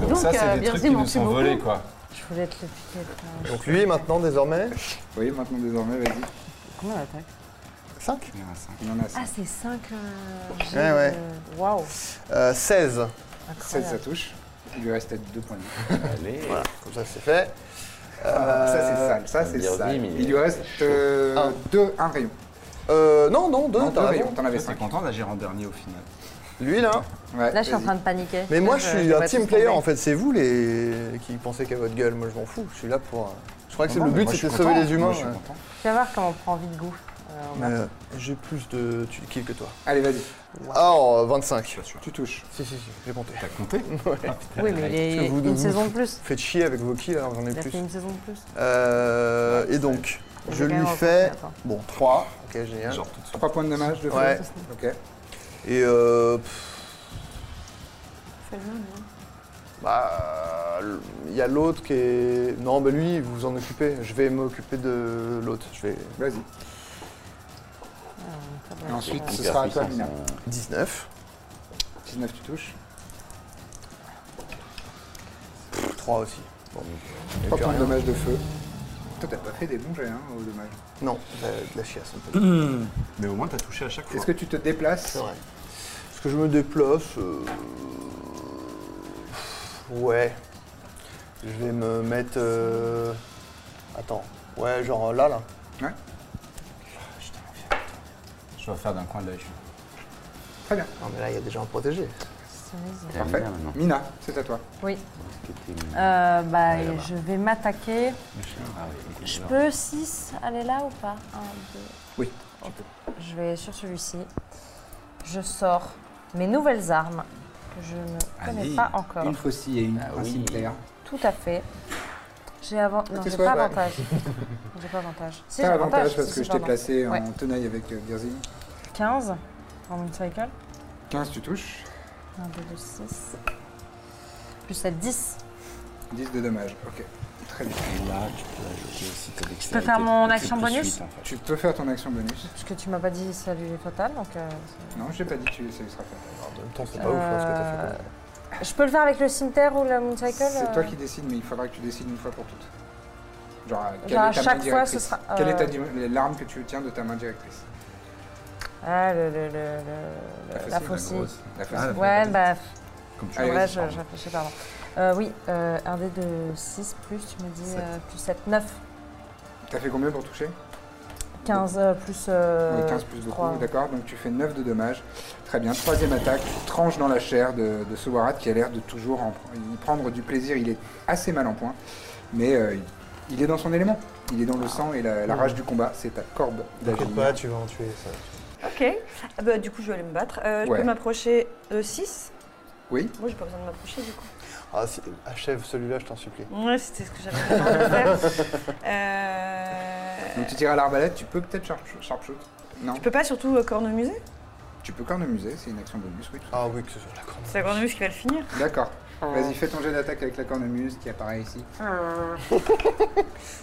Speaker 8: Donc
Speaker 6: donc,
Speaker 8: ça,
Speaker 6: euh,
Speaker 8: c'est des trucs
Speaker 6: Birzim,
Speaker 8: qui
Speaker 6: on
Speaker 8: nous
Speaker 6: tue
Speaker 8: sont
Speaker 6: beaucoup.
Speaker 8: volés, quoi.
Speaker 6: Je voulais te le piquer. putain.
Speaker 3: Donc lui, maintenant, désormais.
Speaker 2: Vous voyez maintenant désormais, vas-y,
Speaker 6: Comment on attaque
Speaker 3: 5
Speaker 8: Il y en a cinq.
Speaker 2: il y en a
Speaker 6: Ah,
Speaker 2: 5.
Speaker 6: c'est 5.
Speaker 3: Ouais, ouais.
Speaker 6: Waouh.
Speaker 3: euh, 16.
Speaker 2: 16, ça
Speaker 6: Ah, Incroyable.
Speaker 2: touche. Il lui restait 2 points de vie.
Speaker 7: Allez,
Speaker 3: Voilà, Ah, comme ça, c'est fait. Euh,
Speaker 2: Ah, ça, c'est sale, ça,
Speaker 7: ça
Speaker 2: c'est
Speaker 7: veut dire
Speaker 2: sale.
Speaker 7: oui, mais
Speaker 2: Il lui reste
Speaker 3: Un.
Speaker 2: 2, 1 rayon.
Speaker 3: Euh, non, non, deux,
Speaker 2: Non, 2
Speaker 3: t'as raison.
Speaker 2: rayons, t'en avais
Speaker 8: Toi, T'es
Speaker 2: 5.
Speaker 8: content d'agir en dernier au final.
Speaker 3: Lui, là.
Speaker 2: Ouais,
Speaker 6: Là, je suis en
Speaker 2: vas-y.
Speaker 6: train de paniquer.
Speaker 3: Mais moi,
Speaker 6: Là,
Speaker 3: je suis un
Speaker 6: vois
Speaker 3: team
Speaker 6: tout
Speaker 3: player,
Speaker 6: tomber.
Speaker 3: en fait. C'est vous les qui pensez qu'à votre gueule. Moi, je m'en fous. Je suis là pour. euh, Je crois que c'est
Speaker 8: Non,
Speaker 3: le
Speaker 8: mais
Speaker 3: but,
Speaker 8: moi, je
Speaker 3: c'était
Speaker 8: suis
Speaker 3: sauver
Speaker 8: content.
Speaker 3: les humains.
Speaker 8: Moi, je suis
Speaker 3: ouais.
Speaker 8: content.
Speaker 6: Tu vas voir comment on prend envie de goût. Euh, on va-
Speaker 3: Mais, euh, J'ai plus de tu- kills que toi. Ah,
Speaker 2: Allez, vas-y,
Speaker 3: Alors, 25.
Speaker 2: tu touches.
Speaker 3: Si, si, si, j'ai compté.
Speaker 8: T'as
Speaker 3: [LAUGHS]
Speaker 8: compté Ah.
Speaker 6: Oui, mais il
Speaker 3: Parce
Speaker 6: est
Speaker 3: que vous, de
Speaker 6: une
Speaker 3: vous-
Speaker 6: saison de plus.
Speaker 3: Faites chier avec vos kills, hein, alors j'en ai
Speaker 6: Il a
Speaker 3: plus.
Speaker 6: fait une saison de plus.
Speaker 3: Euh, et donc,
Speaker 6: Je
Speaker 3: je
Speaker 6: vais
Speaker 3: lui
Speaker 6: quand même
Speaker 3: fais.
Speaker 6: reconstruire, attends.
Speaker 3: Bon, 3. Ok, génial.
Speaker 8: Genre tout de suite.
Speaker 2: 3 points de dommage de feu.
Speaker 3: Hein Ouais.
Speaker 2: Ok.
Speaker 3: Et euh, pff,
Speaker 4: Fais le même, non
Speaker 3: bah, le- il y a l'autre qui est. Non, bah lui, vous vous en occupez. Je vais m'occuper de l'autre. Je vais.
Speaker 2: Vas-y.
Speaker 6: Ah,
Speaker 2: Et ensuite, ce sera à toi, Mina.
Speaker 3: 19.
Speaker 2: 19, tu touches.
Speaker 3: 3 aussi. Bon. Et
Speaker 2: 3
Speaker 3: puis
Speaker 2: points de
Speaker 3: rien.
Speaker 2: dommages de feu. Toi, t'as pas fait des bons jets, hein, au dommage.
Speaker 3: Non, de Mmh. la, de la chiasse un peu.
Speaker 8: Mais au moins, t'as touché à chaque fois.
Speaker 2: Est-ce que tu te déplaces
Speaker 3: C'est vrai. Est-ce que je me déplace euh, Ouais. Je vais me mettre. euh, Attends. Ouais, genre là, là.
Speaker 2: Ouais.
Speaker 8: Je dois faire d'un coin de l'œil.
Speaker 2: Très bien.
Speaker 3: Non, mais là, il y a déjà un protégé.
Speaker 2: Parfait. Ah,
Speaker 7: maintenant.
Speaker 2: Mina, c'est à toi.
Speaker 6: Oui.
Speaker 7: Qui était une-
Speaker 6: Euh, bah,
Speaker 7: Ouais, là-bas.
Speaker 6: je vais m'attaquer.
Speaker 7: Ah oui,
Speaker 6: Je
Speaker 7: ok,
Speaker 6: peux 6 aller là ou pas 1, 2.
Speaker 2: Oui.
Speaker 6: Je vais sur celui-ci. Je sors mes nouvelles armes que je ne connais
Speaker 8: Allez.
Speaker 6: pas encore.
Speaker 2: Une faucille et une
Speaker 7: Ah oui.
Speaker 2: principale.
Speaker 6: Tout à fait. J'ai avant... non,
Speaker 2: t'es
Speaker 6: j'ai
Speaker 2: soit
Speaker 6: pas
Speaker 2: pas.
Speaker 6: avantage. j'ai pas avantage. Si, j'ai
Speaker 2: T'as avantage
Speaker 6: si,
Speaker 2: parce que
Speaker 6: si,
Speaker 2: je t'ai
Speaker 6: pardon.
Speaker 2: placé
Speaker 6: Ouais.
Speaker 2: en tenaille avec euh, Birzim.
Speaker 6: 15 en multicycle.
Speaker 2: 15, tu touches.
Speaker 6: 1, 2, 2, 6. Plus 7, 10.
Speaker 2: 10 de dommages. Ok. Très bien.
Speaker 5: Et là, tu peux ajouter aussi ta dextérité.
Speaker 6: faire mon
Speaker 5: C'est
Speaker 6: action
Speaker 5: plus
Speaker 6: bonus
Speaker 5: suite, en fait.
Speaker 2: Tu peux faire ton action bonus.
Speaker 6: Parce que tu m'as pas dit salut fatal, donc... euh,
Speaker 2: Non, j'ai pas dit que tu- ça lui sera fait.
Speaker 3: En même temps, c'est pas ouf hein, ce que t'as fait. quand même.
Speaker 6: c'est- Je peux le faire avec le cimetière ou la mooncycle
Speaker 2: C'est
Speaker 6: euh,
Speaker 2: toi qui décides, mais il faudra que tu décides une fois pour toutes. Genre, euh, quelle
Speaker 6: Genre, à
Speaker 2: est ta
Speaker 6: chaque
Speaker 2: main
Speaker 6: fois, ce
Speaker 2: directrice
Speaker 6: sera,
Speaker 2: Quelle est ta
Speaker 6: euh,
Speaker 2: di- l'arme que tu tiens de ta main directrice
Speaker 6: Ah, le, le, le-
Speaker 2: La
Speaker 6: le- la
Speaker 2: faucille,
Speaker 6: faucille.
Speaker 2: Ah, La faucille. Ah,
Speaker 6: Ouais, bah,
Speaker 8: Comme tu
Speaker 6: en
Speaker 2: Allez,
Speaker 6: vrai,
Speaker 2: vas-y,
Speaker 6: je,
Speaker 2: pardon.
Speaker 6: je réfléchis, pardon. Euh, oui, euh, un dé de 6 plus, tu me dis, euh, plus 7, 9,
Speaker 2: T'as fait combien pour toucher
Speaker 6: 15 euh, plus euh,
Speaker 2: Ouais, 15 plus beaucoup,
Speaker 6: trois.
Speaker 2: d'accord. Donc tu fais 9 de dommages. Très bien. Troisième attaque, tu tranches dans la chair de, de ce Warat qui a l'air de toujours en pr- y prendre du plaisir. Il est assez mal en point, mais euh, il il est dans son élément. Il est dans le sang et la, la rage du combat. C'est ta corbe d'agir.
Speaker 3: T'inquiète pas, tu vas en tuer ça.
Speaker 4: Ok. Ah bah, du coup, je vais aller me battre. Euh, Je
Speaker 2: Ouais.
Speaker 4: peux m'approcher de 6
Speaker 2: Oui.
Speaker 4: Moi, j'ai pas besoin de m'approcher, du coup.
Speaker 3: Ah, si- achève celui-là, je t'en supplie.
Speaker 4: Ouais, c'était ce que j'avais besoin
Speaker 3: [LAUGHS]
Speaker 4: de faire. Euh,
Speaker 2: Donc tu tires à l'arbalète, tu peux peut-être sharp- sharpshoot. Non,
Speaker 4: Je peux pas surtout euh, cornemuser
Speaker 2: tu peux cornemuser, c'est une action bonus, oui. tout à
Speaker 3: Ah oui, que c'est sur la corne.
Speaker 4: C'est la cornemuse qui va le finir.
Speaker 2: fait. D'accord. Vas-y, fais ton jet d'attaque avec la cornemuse qui apparaît ici.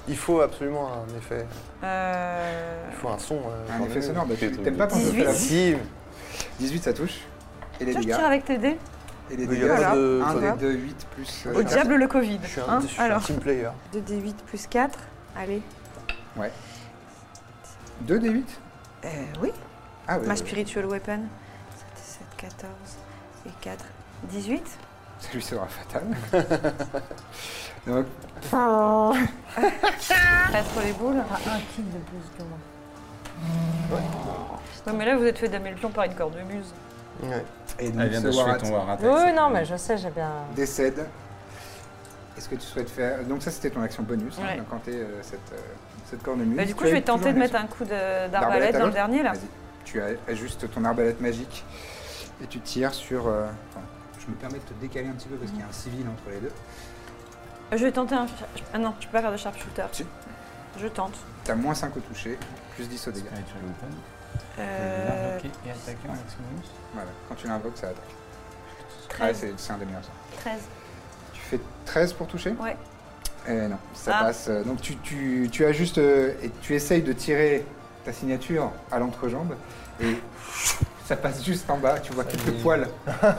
Speaker 3: Il faut absolument un effet.
Speaker 4: Euh,
Speaker 3: Il faut un son. euh,
Speaker 2: Un
Speaker 3: cornemuse.
Speaker 2: effet sonore, bah, tu-
Speaker 7: Fais ton
Speaker 2: t'aimes pas quand je fais la
Speaker 4: 18.
Speaker 3: Si,
Speaker 2: 18, ça touche. Et les
Speaker 4: Tu vois, je
Speaker 2: dégâts.
Speaker 4: tire avec tes dés.
Speaker 2: Et les
Speaker 3: Oui,
Speaker 2: dégâts,
Speaker 3: y a pas de-
Speaker 2: un
Speaker 3: ça
Speaker 2: des 2, 8 plus. euh,
Speaker 4: Au
Speaker 2: quatre.
Speaker 4: diable le Covid.
Speaker 3: je suis un,
Speaker 4: hein.
Speaker 3: je suis un
Speaker 4: Alors,
Speaker 3: team player.
Speaker 4: 2d8 plus 4. Allez.
Speaker 2: 2 des 8
Speaker 4: Euh, oui.
Speaker 2: Ah oui.
Speaker 4: Ma spiritual weapon. 7, 7, 14 et 4. 18.
Speaker 2: [LAUGHS] Ça lui sera fatal. Donc,
Speaker 4: Pas trop les boules.
Speaker 6: Ah, un kill de plus que moi.
Speaker 4: Non, mais là, vous êtes fait damer le pion par une cornemuse.
Speaker 3: Ouais.
Speaker 2: et donc
Speaker 5: Elle vient
Speaker 2: ce
Speaker 5: d'achever
Speaker 2: Warat
Speaker 5: ton Warat.
Speaker 6: Oui, oui, non, mais je sais, j'ai bien...
Speaker 2: décède. Est-ce que tu souhaites faire. Donc, ça, c'était ton action bonus, hein,
Speaker 4: Ouais.
Speaker 2: donc, quand t'es, euh, cette, euh, cette cornemuse.
Speaker 4: Bah, du coup,
Speaker 2: Tu
Speaker 4: je
Speaker 2: as
Speaker 4: vais tenter
Speaker 2: toujours
Speaker 4: de
Speaker 2: une
Speaker 4: mettre
Speaker 2: action.
Speaker 4: un coup de-
Speaker 2: D'arbalète
Speaker 4: d'arbalète
Speaker 2: à
Speaker 4: dans le
Speaker 2: l'autre
Speaker 4: dernier, là.
Speaker 2: Vas-y. Tu as- ajustes ton arbalète magique et tu tires sur. euh, attends, je me permets de te décaler un petit peu parce qu'il y a un civil entre les deux.
Speaker 4: Je vais tenter un. char- Ah non, je peux pas faire de sharpshooter.
Speaker 2: Si.
Speaker 4: Je tente.
Speaker 2: T'as moins 5 au toucher, plus 10 au dégât.
Speaker 5: Spiritual Weapon.
Speaker 4: Euh,
Speaker 5: et attaquer en action bonus.
Speaker 2: Voilà. Quand tu l'invoques, ça attaque. Ouais,
Speaker 4: 13.
Speaker 2: c'est c'est un des meilleurs.
Speaker 4: 13.
Speaker 2: Tu fais 13 pour toucher
Speaker 4: Ouais.
Speaker 2: Euh, non, ça
Speaker 4: Ah.
Speaker 2: passe. Euh, Donc tu, tu, tu ajustes euh, et tu essayes de tirer ta signature à l'entrejambe et ça passe juste en bas. Tu vois quelques poils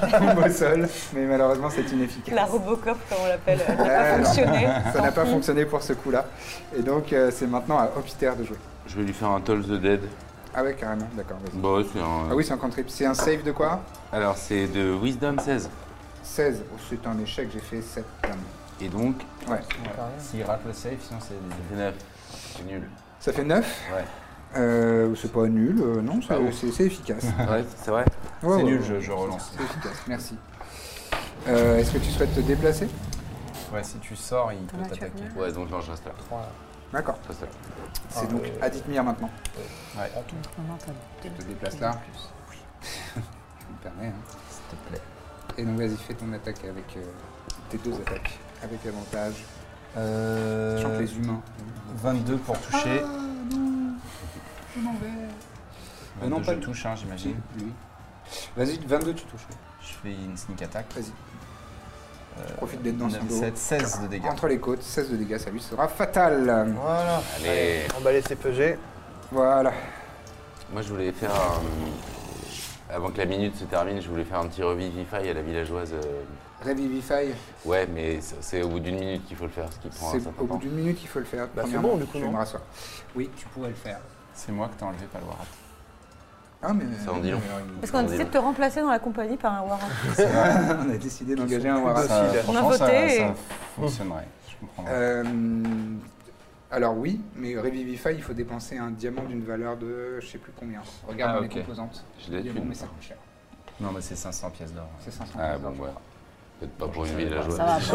Speaker 2: qui tombent au sol, mais malheureusement c'est inefficace.
Speaker 4: La Robocop, comme
Speaker 2: [LAUGHS]
Speaker 4: on l'appelle, euh, elle n'a
Speaker 2: Ouais,
Speaker 4: pas
Speaker 2: non.
Speaker 4: fonctionné.
Speaker 2: [LAUGHS] Ça n'a
Speaker 4: Tant
Speaker 2: pas
Speaker 4: pis.
Speaker 2: fonctionné pour ce coup-là. Et donc euh, c'est maintenant à Hopster de jouer.
Speaker 7: Je vais lui faire un Toll the Dead.
Speaker 2: Ah ouais, carrément, d'accord. vas-y.
Speaker 7: Bon, c'est un.
Speaker 2: Ah oui, c'est un contrib. C'est un save de quoi
Speaker 7: Alors, c'est de Wisdom 16.
Speaker 2: 16. Oh, c'est un échec, j'ai fait 7.
Speaker 7: Et donc,
Speaker 2: Ouais.
Speaker 8: S'il rate le safe, sinon c'est
Speaker 7: ça fait 9. C'est nul.
Speaker 2: Ça fait 9
Speaker 7: Ouais.
Speaker 2: Euh, c'est pas nul, euh, non, ça-
Speaker 7: Pas ouf.
Speaker 2: c'est c'est efficace.
Speaker 7: Ouais, c'est vrai
Speaker 2: Ah Ouais,
Speaker 8: C'est
Speaker 2: ouais,
Speaker 8: nul,
Speaker 2: ouais.
Speaker 8: je, je relance.
Speaker 2: C'est efficace, merci. Euh, Est-ce que tu souhaites te déplacer
Speaker 8: Ouais, si tu sors, il peut t'attaquer.
Speaker 7: Ouais, donc non, je reste là.
Speaker 2: D'accord.
Speaker 7: Je reste là.
Speaker 2: C'est donc Aditmir maintenant.
Speaker 8: Ouais.
Speaker 2: Tu euh, te déplaces là [LAUGHS] Je me permets, hein. S'il te plaît. Et donc vas-y, fais ton attaque avec euh, tes deux attaques. Avec avantage.
Speaker 8: Euh,
Speaker 2: Sur les humains.
Speaker 8: 22 pour toucher.
Speaker 2: Mais non,
Speaker 8: 22,
Speaker 2: pas
Speaker 8: je
Speaker 2: tout.
Speaker 8: touche, hein, j'imagine.
Speaker 2: Vas-y, 22 tu touches.
Speaker 8: Je fais une sneak attack. Euh,
Speaker 2: Vas-y. Tu profites d'être dans son dos.
Speaker 8: 7, 16 de dégâts.
Speaker 2: Entre les côtes, 16 de dégâts, ça lui sera fatal.
Speaker 3: Voilà.
Speaker 7: Allez.
Speaker 3: on va laisser PG.
Speaker 2: Voilà.
Speaker 7: Moi, je voulais faire un- Avant que la minute se termine, je voulais faire un petit revivify à la villageoise. euh,
Speaker 2: Revivify,
Speaker 7: Ouais, mais c'est c'est au bout d'une minute qu'il faut le faire, ce qui prend un
Speaker 2: c'est
Speaker 7: certain
Speaker 2: au bout
Speaker 7: temps.
Speaker 2: d'une minute qu'il faut le faire.
Speaker 3: Bah, c'est
Speaker 2: Premièrement,
Speaker 3: bon, du coup,
Speaker 2: Je vais
Speaker 3: non
Speaker 2: me rasseoir. Oui, tu pourrais le faire.
Speaker 8: C'est moi que t'as enlevé, pas le Warat.
Speaker 2: Ah, mais.
Speaker 7: Ça en dit long.
Speaker 2: Alors, il-
Speaker 4: Parce qu'on a décidé de te remplacer dans la compagnie par un
Speaker 2: [LAUGHS]
Speaker 4: Warren.
Speaker 2: on a décidé d'engager un Warat.
Speaker 8: Ça,
Speaker 3: Docile.
Speaker 8: Euh, franchement, ça-
Speaker 4: voté
Speaker 8: Ça,
Speaker 4: et-
Speaker 8: fonctionnerait. Je comprends.
Speaker 2: Euh, alors oui, mais Revivify, il faut dépenser un diamant d'une valeur de je sais plus combien. Regarde
Speaker 8: Ah,
Speaker 2: dans
Speaker 8: ok.
Speaker 2: les composantes.
Speaker 7: Je l'ai
Speaker 2: Diamant,
Speaker 7: une.
Speaker 2: mais ça coûte cher.
Speaker 8: Non, mais c'est 500 pièces d'or.
Speaker 2: C'est 500
Speaker 7: Ah
Speaker 2: dollars.
Speaker 7: bon, ouais. Peut-être pas pour une
Speaker 6: Ça va,
Speaker 7: villageoise.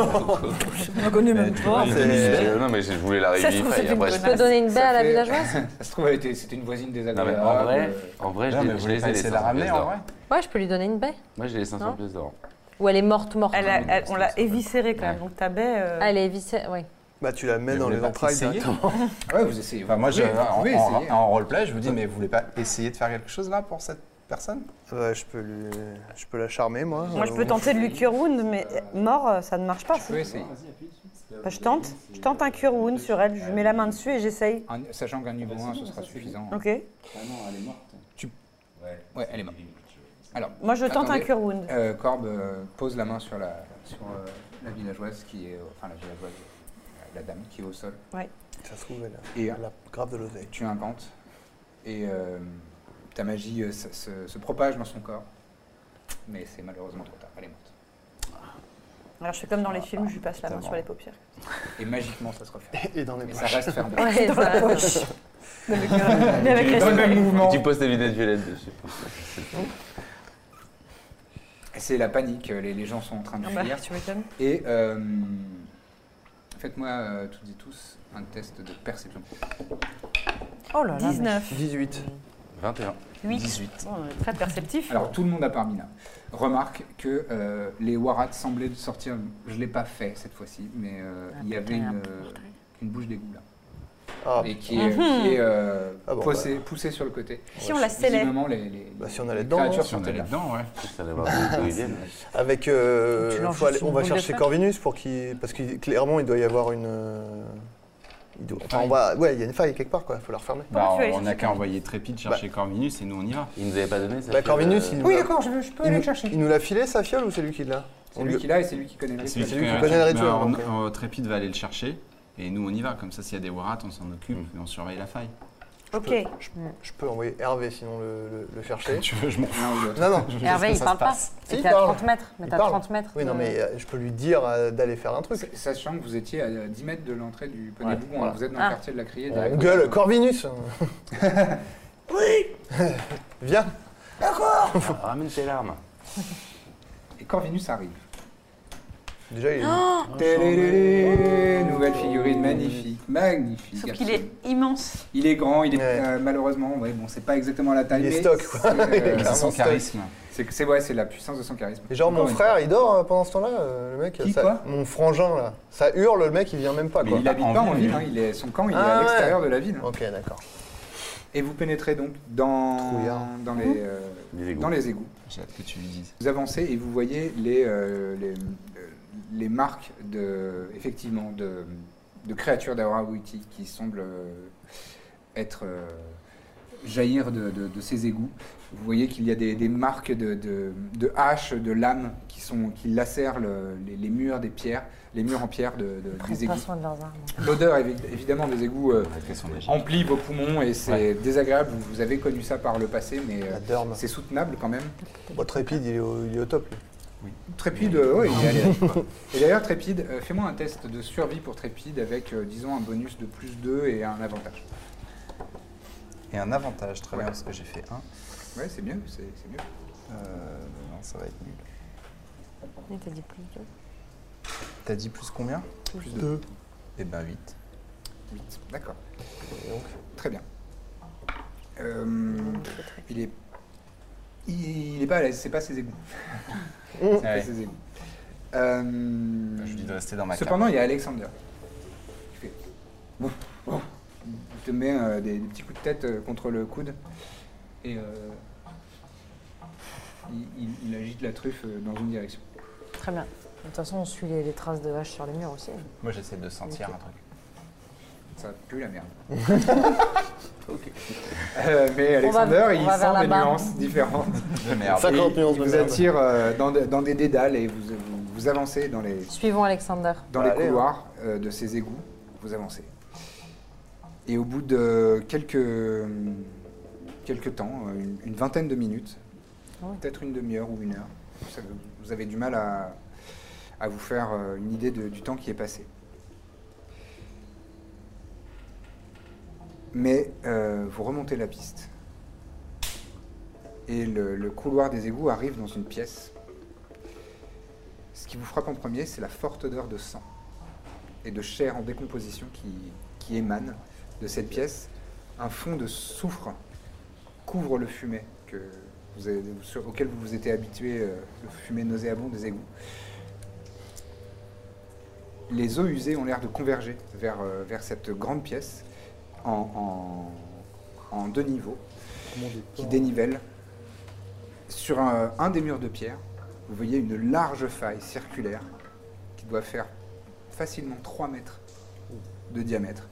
Speaker 4: On connaît même
Speaker 8: tu
Speaker 4: pas.
Speaker 8: vois,
Speaker 3: c'est-
Speaker 7: [LAUGHS] Euh, Non, mais je voulais la
Speaker 4: Ça se trouve,
Speaker 7: revivify
Speaker 4: c'est une
Speaker 7: après. je-
Speaker 6: Je peux donner une
Speaker 2: Ça
Speaker 6: balle à la
Speaker 2: fait-
Speaker 6: villageoise
Speaker 2: Ça se trouve, elle était- c'était une voisine
Speaker 7: Non, mais
Speaker 2: désagréable.
Speaker 7: en vrai, en vrai, je
Speaker 8: Non,
Speaker 7: les-
Speaker 8: mais vous
Speaker 7: je les
Speaker 8: voulez
Speaker 7: ai les
Speaker 8: essayer de la
Speaker 7: 500
Speaker 8: ramener
Speaker 7: pièces
Speaker 8: en
Speaker 7: d'or.
Speaker 8: vrai
Speaker 6: Ouais, je peux lui donner une baie.
Speaker 7: Moi, j'ai les 500
Speaker 6: Non.
Speaker 7: pièces d'or.
Speaker 6: Ou elle est morte, morte.
Speaker 4: Elle a-
Speaker 6: hein.
Speaker 4: elle- on l'a éviscérée quand même, donc ta baie. euh,
Speaker 6: Ah, elle est vissée, oui.
Speaker 3: Bah, tu la mets
Speaker 8: Mais
Speaker 3: dans
Speaker 8: vous
Speaker 3: les
Speaker 8: voulez pas
Speaker 3: entrailles.
Speaker 8: essayer
Speaker 3: directement.
Speaker 2: Ah ouais, vous essayez.
Speaker 8: Enfin, moi,
Speaker 2: vous
Speaker 8: je,
Speaker 2: pouvez- vous
Speaker 8: en,
Speaker 2: pouvez
Speaker 8: en-
Speaker 2: essayer.
Speaker 8: en roleplay, je vous dis, mais vous voulez pas essayer de faire quelque chose là pour cette personne
Speaker 3: Ouais, je peux lui, je peux la charmer, moi.
Speaker 4: Moi, je
Speaker 3: Euh,
Speaker 4: peux tenter de lui cure wound, mais euh, mort, euh, ça ne marche pas.
Speaker 2: Vous pouvez essayer.
Speaker 4: Bah, je tente. Je tente un cure wound sur elle. Je lui mets la main dessus et j'essaye.
Speaker 2: Un- sachant qu'un niveau 1, ce sera suffisant.
Speaker 4: Ok.
Speaker 2: Ouais, elle est morte. Alors,
Speaker 4: Moi, je tente un
Speaker 2: attendez.
Speaker 4: cure wound.
Speaker 2: Euh, Corbe euh, pose la main sur la, sur, euh, la villageoise qui est, enfin la villageoise, euh, la, la dame qui est au sol.
Speaker 3: Ça se trouve, elle a-
Speaker 2: Et
Speaker 3: elle a grave de l'oseille.
Speaker 2: tu inventes et euh, ta magie euh, se, se- se propage dans son corps. Mais c'est malheureusement trop tard, elle est morte.
Speaker 4: Alors, je fais comme dans les films, je lui passe la main sur les paupières.
Speaker 2: Et magiquement, ça se refait.
Speaker 4: [LAUGHS]
Speaker 3: Et dans les
Speaker 2: Mais
Speaker 3: poches.
Speaker 2: ça reste fermé.
Speaker 6: [LAUGHS] Ouais,
Speaker 4: Dans la
Speaker 6: ça-
Speaker 4: poche. Mais avec
Speaker 2: Dans le
Speaker 4: respect.
Speaker 2: même mouvement.
Speaker 7: Tu poses tes lunettes violettes dessus.
Speaker 2: C'est la panique, les, les gens sont en train de
Speaker 4: Ah bah,
Speaker 2: fuir.
Speaker 4: Tu m'étonnes.
Speaker 2: Et euh, faites-moi euh, toutes et tous un test de perception.
Speaker 6: Oh là là.
Speaker 4: 19.
Speaker 3: 18.
Speaker 7: 21.
Speaker 2: 18.
Speaker 4: Bon, on est très perceptif.
Speaker 2: Alors tout le monde à part Mina remarque que euh, les warats semblaient sortir. Je l'ai pas fait cette fois-ci, mais euh,
Speaker 4: Ah,
Speaker 2: il y avait une, une bouche d'égout là,
Speaker 3: Ah,
Speaker 2: et qui est, qui est, euh,
Speaker 3: Ah bon,
Speaker 2: poussée, poussée sur le côté.
Speaker 4: Mhm. Si on la scellait.
Speaker 2: Visiblement, les, les,
Speaker 3: Bah, si
Speaker 2: les
Speaker 3: on allait dedans,
Speaker 2: créatures
Speaker 3: si
Speaker 2: sont
Speaker 8: On est
Speaker 2: là.
Speaker 8: dedans, ouais.
Speaker 7: Je savais pas d'où ils viennent.
Speaker 3: avec, euh,
Speaker 6: Tu lances
Speaker 3: faut aller-
Speaker 6: juste
Speaker 3: on
Speaker 6: une
Speaker 3: va
Speaker 6: boule de
Speaker 3: chercher
Speaker 6: feu.
Speaker 3: Corvinus pour qu'il, parce que clairement, il doit y avoir une. euh, il doit- enfin, on va, ouais, il y a une faille quelque part, quoi. Faut la refermer.
Speaker 4: Pourquoi
Speaker 8: Bah,
Speaker 4: tu vas aller
Speaker 8: on n'a
Speaker 4: chercher
Speaker 8: qu'à envoyer Trépide chercher Corvinus et nous on ira.
Speaker 7: Ils nous avaient pas donné ça.
Speaker 3: Bah,
Speaker 7: fait,
Speaker 3: Corvinus,
Speaker 7: euh,
Speaker 3: il.
Speaker 2: Oui,
Speaker 3: va-
Speaker 2: d'accord, je, veux- je peux
Speaker 3: il
Speaker 2: aller
Speaker 3: nous-
Speaker 2: le chercher.
Speaker 3: Il nous l'a filé sa fiole ou c'est lui qui l'a
Speaker 2: C'est lui qui l'a et c'est lui qui connaît le
Speaker 8: C'est lui
Speaker 2: rituel.
Speaker 3: lui
Speaker 8: qui
Speaker 3: qui connaît le
Speaker 8: Mais
Speaker 3: rituel,
Speaker 8: on-
Speaker 3: donc,
Speaker 8: bah, on- Trépide va aller le chercher et nous on y va. Comme ça, s'il y a des warats, on s'en occupe et on surveille la faille.
Speaker 4: Ok.
Speaker 3: Je, je peux envoyer Hervé sinon le, le- le chercher.
Speaker 8: Tu veux, je m'en fous.
Speaker 2: L'un ou l'autre.
Speaker 3: Non, non. je veux juste que
Speaker 6: Hervé, il
Speaker 3: ça
Speaker 6: parle
Speaker 3: se
Speaker 6: pas.
Speaker 3: passe. Si,
Speaker 6: Et
Speaker 3: il
Speaker 6: t'es à
Speaker 3: parle.
Speaker 6: 30 mètres. Mais
Speaker 3: Il
Speaker 6: t'as
Speaker 3: parle.
Speaker 6: 30 mètres.
Speaker 3: Oui, non,
Speaker 6: de-
Speaker 3: mais euh, je peux lui dire euh, d'aller faire un truc.
Speaker 2: Sachant que vous étiez à 10 mètres de l'entrée du Poney
Speaker 3: Ouais,
Speaker 2: Bougon,
Speaker 3: voilà.
Speaker 2: vous êtes dans le
Speaker 6: Ah.
Speaker 2: quartier de la criée.
Speaker 3: On gueule, Corvinus Oui [LAUGHS] Viens
Speaker 7: ah, Ramène tes larmes.
Speaker 2: Et Corvinus arrive.
Speaker 3: Déjà, il est.
Speaker 2: Télélélé, Nouvelle figurine
Speaker 3: Mmh.
Speaker 2: magnifique, magnifique.
Speaker 4: Sauf qu'il
Speaker 2: absolument.
Speaker 4: est immense.
Speaker 2: Il est grand, il est
Speaker 3: Ouais.
Speaker 2: euh, malheureusement, ouais, bon, c'est pas exactement la taille.
Speaker 3: Il est
Speaker 2: mais
Speaker 3: stock, [LAUGHS] quoi.
Speaker 2: c'est, euh,
Speaker 3: Il est
Speaker 8: C'est
Speaker 3: clairement
Speaker 8: son
Speaker 3: stock.
Speaker 8: charisme.
Speaker 2: C'est c'est- ouais, c'est la puissance de son charisme.
Speaker 3: Et genre, mon
Speaker 2: Encore une
Speaker 3: frère, il dort euh, pendant ce temps-là, euh, le mec.
Speaker 2: Qui,
Speaker 3: ça-
Speaker 2: quoi
Speaker 3: Mon frangin, là. Ça hurle, le mec, il vient même pas,
Speaker 8: Mais
Speaker 3: quoi.
Speaker 2: fois. Il habite pas en
Speaker 8: lui.
Speaker 2: ville, hein, il est, son camp il est
Speaker 3: Ah
Speaker 2: à
Speaker 3: ouais.
Speaker 2: l'extérieur de la ville. hein.
Speaker 3: Ok, d'accord.
Speaker 2: Et vous pénétrez donc dans,
Speaker 3: Trouillard.
Speaker 2: dans, les, euh,
Speaker 7: Les égouts.
Speaker 2: dans les égouts.
Speaker 8: J'ai hâte que tu lui dises.
Speaker 2: Vous avancez et vous voyez les, euh, les, euh, les marques de, effectivement, de, de créatures d'Arawiti qui semblent euh, être euh, jaillir de, de- de ces égouts. Vous voyez qu'il y a des, des marques de, de- de haches, de lames qui, sont, qui lacèrent le- les, les murs des pierres, les murs en pierre de, de-
Speaker 6: Ils
Speaker 2: des
Speaker 6: prennent pas
Speaker 2: égouts.
Speaker 6: soin de leurs armes.
Speaker 2: L'odeur évi- évidemment des égouts euh,
Speaker 8: Qu'est-ce qu'on a
Speaker 2: emplit vos poumons et c'est
Speaker 8: Ouais.
Speaker 2: désagréable. Vous- Vous avez connu ça par le passé, mais euh,
Speaker 3: La derme.
Speaker 2: c'est soutenable quand même.
Speaker 3: Bon, Trépide, il est au, il est au top, lui.
Speaker 2: Trépide, euh, ouais, il est allé.
Speaker 8: [LAUGHS]
Speaker 2: Et d'ailleurs, Trépide, euh, fais-moi un test de survie pour Trépide avec, euh, disons, un bonus de plus 2 et un avantage.
Speaker 8: Et un avantage, très bien,
Speaker 2: Ouais.
Speaker 8: parce que j'ai fait un.
Speaker 2: Ouais, c'est mieux, c'est c'est mieux.
Speaker 8: Euh, non, ça va être nul.
Speaker 6: Il t'a dit plus de
Speaker 8: T'as dit plus combien
Speaker 2: Plus
Speaker 3: 2.
Speaker 8: Eh ben 8.
Speaker 2: 8. D'accord,
Speaker 3: Et donc,
Speaker 2: très bien. Euh, il est. Il, il est pas à l'aise, c'est pas ses égouts. c'est pas ses égouts. Euh,
Speaker 8: Ah Bah, Je lui dis de rester dans ma carte.
Speaker 2: Cependant, il y a Alexander. Il fait, Bon, bon. Il te met euh, des, des petits coups de tête euh, contre le coude. Et euh, il, il- il agite la truffe euh, dans une direction.
Speaker 6: Très bien. De toute façon, on suit les, les traces de hache sur les murs aussi.
Speaker 8: Moi, j'essaie de sentir
Speaker 6: Ok.
Speaker 8: un truc.
Speaker 2: Ça pue la
Speaker 3: [LAUGHS]
Speaker 2: merde.
Speaker 8: Ok.
Speaker 2: Euh, mais
Speaker 6: On va-
Speaker 2: Alexander,
Speaker 6: on
Speaker 2: il
Speaker 6: va vers
Speaker 2: sent des
Speaker 6: là-bas.
Speaker 2: nuances différentes.
Speaker 8: De merde.
Speaker 2: Ah, Et
Speaker 3: 50 nuances
Speaker 2: il
Speaker 3: de
Speaker 2: vous
Speaker 3: merde.
Speaker 2: attire euh, dans, des- dans des dédales et vous, vous, vous avancez dans les,
Speaker 6: Suivons Alexander.
Speaker 2: dans
Speaker 3: Bah,
Speaker 2: les
Speaker 3: allez,
Speaker 2: couloirs euh, de ces égouts. Vous avancez. Et au bout de quelques, quelques temps, euh, une, une vingtaine de minutes,
Speaker 6: Ah ouais.
Speaker 2: peut-être une demi-heure ou une heure, ça- vous avez du mal à, à vous faire euh, une idée de- du temps qui est passé. Mais euh, vous remontez la piste. Et le, le couloir des égouts arrive dans une pièce. Ce qui vous frappe en premier, c'est la forte odeur de sang et de chair en décomposition qui, qui émane de cette pièce. Un fond de soufre couvre le fumet que vous avez- sur- auquel vous vous étiez habitué, euh, le fumet nauséabond des égouts. Les eaux usées ont l'air de converger vers, euh, vers cette grande pièce en, en- en deux niveaux qui dénivellent. Sur un, un des murs de pierre, vous voyez une large faille circulaire qui doit faire facilement 3 mètres de diamètre,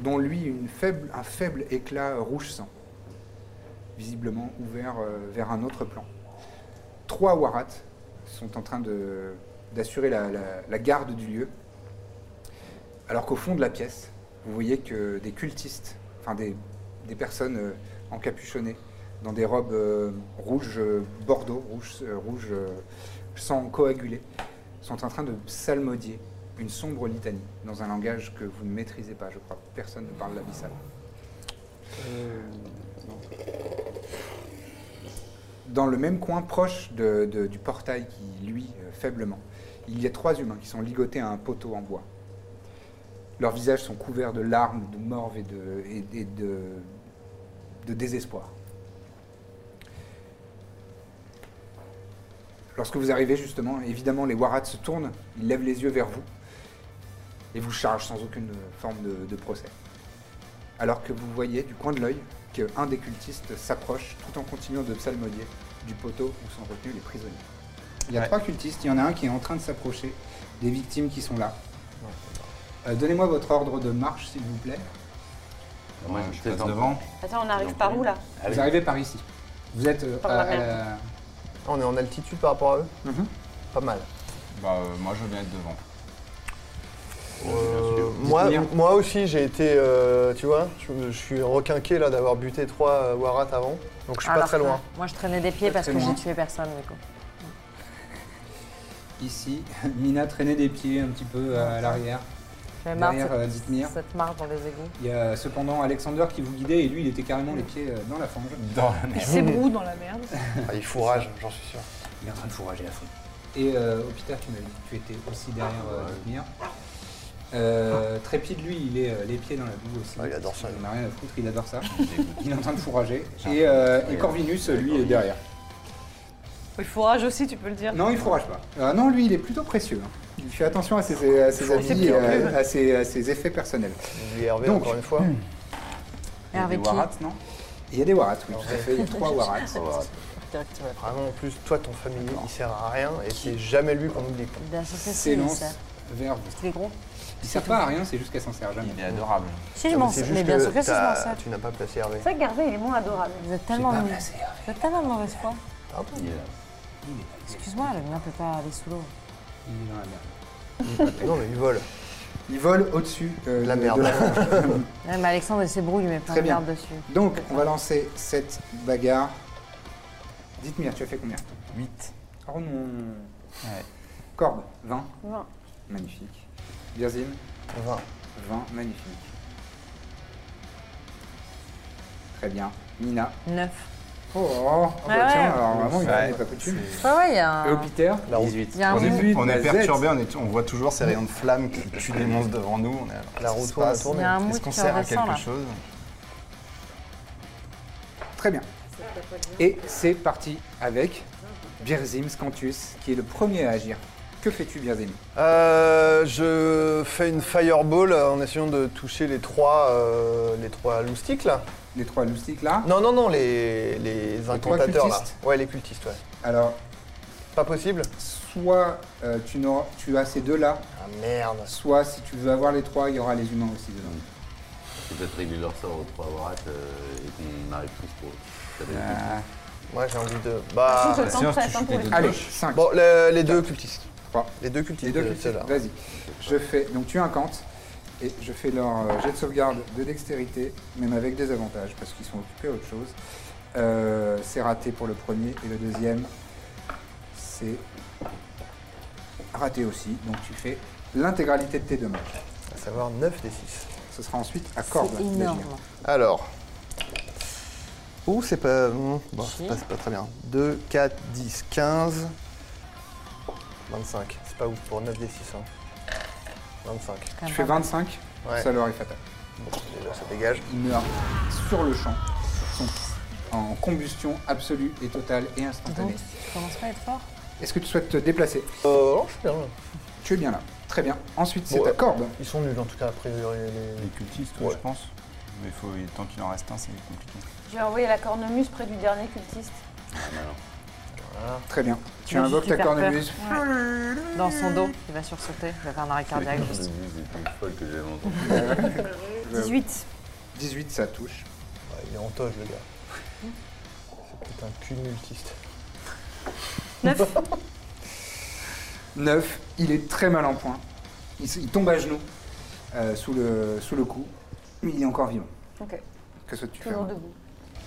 Speaker 2: dont lui une faible, un faible éclat rouge sang, visiblement ouvert euh, vers un autre plan. Trois warats sont en train de- d'assurer la- la- la garde du lieu, alors qu'au fond de la pièce, vous voyez que des cultistes, enfin des, des personnes euh, encapuchonnées, dans des robes euh, rouges euh, bordeaux, rouges rouge, euh, sans coaguler, sont en train de psalmodier une sombre litanie, dans un langage que vous ne maîtrisez pas, je crois. Personne ne parle l'abyssal. Dans le même coin, proche de- de- du portail qui, lui, euh, faiblement, il y a trois humains qui sont ligotés à un poteau en bois. Leurs visages sont couverts de larmes, de morve et de, et- et de, de désespoir. Lorsque vous arrivez, justement, évidemment, les Warats se tournent, ils lèvent les yeux vers vous et vous chargent sans aucune forme de, de procès. Alors que vous voyez du coin de l'œil qu'un des cultistes s'approche tout en continuant de psalmodier du poteau où sont retenus les prisonniers. Il y a trois cultistes, il y en a un qui est en train de s'approcher des victimes qui sont là. Euh, Donnez-moi votre ordre de marche, s'il vous plaît.
Speaker 7: Moi,
Speaker 8: je
Speaker 7: peut-être
Speaker 8: passe
Speaker 7: en-
Speaker 8: devant.
Speaker 4: Attends, on arrive par où là
Speaker 7: Allez.
Speaker 2: Vous arrivez par ici. Vous êtes euh,
Speaker 4: Par
Speaker 2: à-
Speaker 4: la
Speaker 2: à
Speaker 4: mer.
Speaker 2: la-
Speaker 3: Ah, on est en altitude par rapport à eux
Speaker 2: Mhm.
Speaker 3: Pas mal.
Speaker 8: Bah, euh, moi, je viens être devant.
Speaker 3: Euh,
Speaker 2: Dites-nous
Speaker 3: moi,
Speaker 2: bien.
Speaker 3: moi aussi, j'ai été, euh, tu vois, je, je suis requinqué là d'avoir buté trois euh, warats avant, donc je suis pas
Speaker 6: Alors
Speaker 3: très
Speaker 6: que
Speaker 3: loin.
Speaker 6: Moi, je traînais des pieds
Speaker 2: Pas
Speaker 6: parce
Speaker 2: très
Speaker 6: que j'ai
Speaker 2: loin.
Speaker 6: tué personne, du coup.
Speaker 2: Ici, [LAUGHS] Mina traînait des pieds un petit peu euh, à, l'arrière.
Speaker 6: J'avais marre de
Speaker 2: Derrière, euh, Dithmir.
Speaker 6: cette, cette marche dans les égouts.
Speaker 2: Il y a cependant Alexander qui vous guidait et lui, il était carrément les pieds euh, dans la fange.
Speaker 8: Dans la merde.
Speaker 4: C'est brou dans la merde.
Speaker 3: Ah, il fout rage, j'en suis
Speaker 2: [LAUGHS]
Speaker 3: sûr.
Speaker 2: Il est en train de fourrager la foule. Et euh, Hôpital, tu m'avais dit que tu étais aussi derrière euh, Dithmir. Euh, Trépide, lui, il est euh, les pieds dans la boue aussi.
Speaker 3: Ah, il adore ça,
Speaker 2: Il
Speaker 3: lui.
Speaker 2: n'en a rien à foutre, il adore ça. il est en train de fourrager. Et, euh, et Corvinus, lui, est derrière.
Speaker 4: Il faut rage aussi, tu peux le dire.
Speaker 2: Non, il fourrage pas. Euh, non, lui, il est plutôt précieux. hein. Il fait attention à ses, à ses
Speaker 3: Faut-
Speaker 2: habits,
Speaker 3: C'est
Speaker 2: euh,
Speaker 3: pire.
Speaker 2: à ses- à ses effets personnels.
Speaker 3: Lui, Hervé,
Speaker 2: Donc. hmm.
Speaker 3: encore une fois.
Speaker 6: Et avec
Speaker 8: Des
Speaker 6: qui
Speaker 8: warats, non
Speaker 2: Il y a des warats, oui, tout à fait. Il y a trois warats.
Speaker 3: Vraiment, en plus, toi, ton familier, il sert à rien et c'est jamais lui qu'on oublie. quoi.
Speaker 6: D'associer ses
Speaker 2: S'élance
Speaker 6: sert.
Speaker 2: vers vous.
Speaker 6: Il est gros.
Speaker 2: Il sert pas à rien, c'est juste qu'elle s'en sert jamais.
Speaker 8: Il est adorable.
Speaker 6: Si, je
Speaker 3: Non,
Speaker 6: m'en
Speaker 3: mais c'est
Speaker 6: sers.
Speaker 3: juste
Speaker 6: Mais bien
Speaker 3: que
Speaker 6: sûr que si, je
Speaker 3: t'as-
Speaker 6: m'en sers.
Speaker 3: Tu n'as pas placé Hervé.
Speaker 4: C'est vrai que Garvey, il est moins adorable.
Speaker 6: Vous êtes tellement, de- vous êtes tellement de mauvaise foi.
Speaker 3: Ah
Speaker 7: Il est là.
Speaker 6: Excuse-moi, le mien peut pas aller sous l'eau.
Speaker 2: Il est dans la merde.
Speaker 3: Non, mais il vole.
Speaker 2: Il vole au-dessus euh,
Speaker 3: De la
Speaker 2: de-
Speaker 3: merde.
Speaker 2: de
Speaker 8: [LAUGHS]
Speaker 2: la planche.
Speaker 6: Ouais, mais Alexandre, il s'ébrouille, mais pas
Speaker 2: Très
Speaker 6: de
Speaker 2: bien.
Speaker 6: garde dessus.
Speaker 2: Donc, on va lancer cette bagarre. Dites-moi, tu as fait combien
Speaker 8: 8.
Speaker 2: Oh non Corbe, 20.
Speaker 4: Non.
Speaker 2: Magnifique. Birzim,
Speaker 3: 20.
Speaker 2: 20. Magnifique. Très bien. Nina.
Speaker 6: 9.
Speaker 2: Oh, oh, oh, bah,
Speaker 6: ouais. Ah.
Speaker 2: tiens, alors vraiment, il
Speaker 8: Ouais.
Speaker 2: n'est pas coutume.
Speaker 6: Ouais, ouais, il y a
Speaker 2: Et
Speaker 6: un.
Speaker 2: Hopiter,
Speaker 3: La roue,
Speaker 7: 18.
Speaker 6: Il y a un
Speaker 8: On est,
Speaker 6: monde-
Speaker 8: on est
Speaker 2: La Z.
Speaker 8: perturbé, on, est- on voit toujours ces rayons de flamme qui tuent des monstres devant nous. On est alors,
Speaker 3: la roue
Speaker 8: qu'est-ce qui se
Speaker 3: tourne,
Speaker 8: passe
Speaker 3: tourne.
Speaker 6: Il y a un
Speaker 8: Est-ce
Speaker 6: mood
Speaker 8: qu'on
Speaker 6: qui
Speaker 8: sert à
Speaker 6: redescend
Speaker 8: quelque
Speaker 6: là.
Speaker 8: chose
Speaker 2: Très bien. Et c'est parti avec Birzim Scantus, qui est le premier à agir. Que fais-tu, Birzim
Speaker 3: Euh, je fais une fireball euh, en essayant de toucher les trois, euh, les trois loustiques là.
Speaker 2: Les trois loustiques là.
Speaker 3: Non, non, non, les, les
Speaker 2: trois
Speaker 3: incantateurs là.
Speaker 2: cultistes
Speaker 3: Ouais, les cultistes, ouais.
Speaker 2: Alors,
Speaker 3: Pas possible
Speaker 2: soit euh, tu, n'auras- tu as ces deux-là,
Speaker 3: Ah merde.
Speaker 2: soit si tu veux avoir les trois, il y aura les humains aussi dedans.
Speaker 7: Peut-être régler leur sort aux trois bras euh, et qu'on arrive tous pour. ça va être
Speaker 2: Ah.
Speaker 3: Moi j'ai envie de.
Speaker 2: [LAUGHS]
Speaker 3: Bah.
Speaker 6: Surtout que le temps que ça attend pour les
Speaker 2: Allez, 5.
Speaker 3: Bon, le- les deux cultistes.
Speaker 2: Trois.
Speaker 3: Les deux
Speaker 2: Les
Speaker 3: cultistes.
Speaker 2: deux
Speaker 3: euh,
Speaker 2: cultistes,
Speaker 3: ceux-là.
Speaker 2: vas-y. Je fais, donc tu incantes, et je fais leur euh, jet de sauvegarde de dextérité, même avec des avantages, parce qu'ils sont occupés à autre chose. Euh, c'est raté pour le premier, et le deuxième, c'est raté aussi. Donc tu fais l'intégralité de tes dommages.
Speaker 3: À savoir 9 des 6.
Speaker 2: Ce sera ensuite à corde.
Speaker 6: C'est énorme.
Speaker 3: Alors. Ouh, c'est pas. hmm, Bon, c'est pas, c'est pas très bien. 2, 4, 10, 15. 25. C'est pas ouf pour 9 des 6. Hein. 25.
Speaker 2: Tu fais 25,
Speaker 3: Ouais.
Speaker 2: ça leur est fatal.
Speaker 3: Bon, déjà ça dégage.
Speaker 2: Ils meurent sur le champ. Ils sont en combustion absolue et totale et instantanée.
Speaker 6: Donc, tu commences pas à être fort.
Speaker 2: Est-ce que tu souhaites te déplacer
Speaker 3: Euh, non, je suis bien. là.
Speaker 2: Tu es bien là. Très bien. Ensuite, c'est
Speaker 3: Bon,
Speaker 2: ta
Speaker 3: euh,
Speaker 2: corde.
Speaker 3: Ils sont nuls en tout cas, a priori.
Speaker 8: Les
Speaker 3: Les...
Speaker 8: cultistes, ouais.
Speaker 3: ouais, Ouais.
Speaker 8: je pense. Mais faut, tant qu'il en reste un, c'est compliqué.
Speaker 4: J'ai envoyé la cornemuse près du dernier cultiste.
Speaker 2: Très bien. Tu
Speaker 4: Moi,
Speaker 2: invoques
Speaker 4: j'ai
Speaker 2: ta
Speaker 4: super
Speaker 2: cornemuse.
Speaker 6: Dans son dos, il va sursauter. Il va faire un arrêt cardiaque
Speaker 7: C'est
Speaker 6: juste.
Speaker 7: une musique plus folle que j'ai jamais entendue.
Speaker 4: [LAUGHS] 18.
Speaker 2: 18, ça touche.
Speaker 3: il est en toge le gars. C'est peut-être un cul multiste.
Speaker 2: 9, il est très mal en point. Il, se- il tombe à genoux euh, sous, le, sous le coup. Mais il est encore vivant.
Speaker 4: Ok,
Speaker 2: Que souhaites-tu faire
Speaker 4: toujours debout.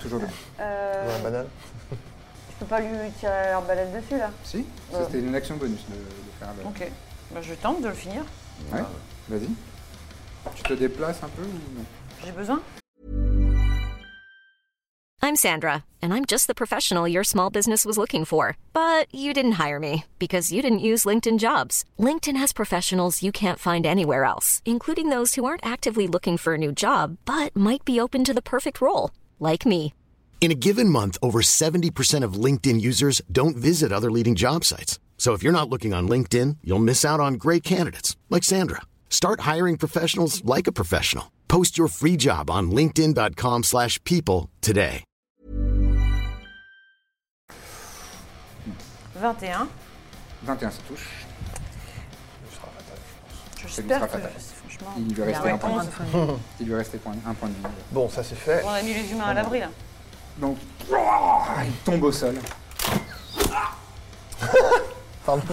Speaker 2: Toujours debout.
Speaker 3: Dans
Speaker 4: Euh,
Speaker 3: la banane.
Speaker 4: je peux pas lui tirer l'arbalète dessus là.
Speaker 2: Si
Speaker 4: Ouais.
Speaker 2: C'était une action bonus de, de faire le.
Speaker 4: Ok, bah, je tente de le finir.
Speaker 2: Ouais. Vas-y. Tu te déplaces un peu ou non
Speaker 4: J'ai besoin.
Speaker 9: I'm Sandra, and I'm just the professional your small business was looking for. But you didn't hire me because you didn't use LinkedIn jobs. LinkedIn has professionals you can't find anywhere else, including those who aren't actively looking for a new job but might be open to the perfect role, like me.
Speaker 10: In a given month, over 70% of LinkedIn users don't visit other leading job sites. So if you're not looking on LinkedIn, you'll miss out on great candidates like Sandra. Start hiring professionals like a professional. Post your free job on linkedin.com/people slash people today.
Speaker 4: 21.
Speaker 2: 21, ça touche.
Speaker 4: J'espère que
Speaker 2: sera fatal.
Speaker 4: franchement.
Speaker 2: Il lui
Speaker 6: Il y a
Speaker 2: restait
Speaker 6: un
Speaker 2: un point.
Speaker 6: point
Speaker 2: de
Speaker 6: de
Speaker 2: vie.
Speaker 6: feu.
Speaker 2: [LAUGHS] Il lui restait point- un point de vie.
Speaker 3: Bon, ça c'est fait.
Speaker 4: On a mis les humains à l'abri là.
Speaker 2: Donc, [LAUGHS] il tombe au sol.
Speaker 3: Pardon.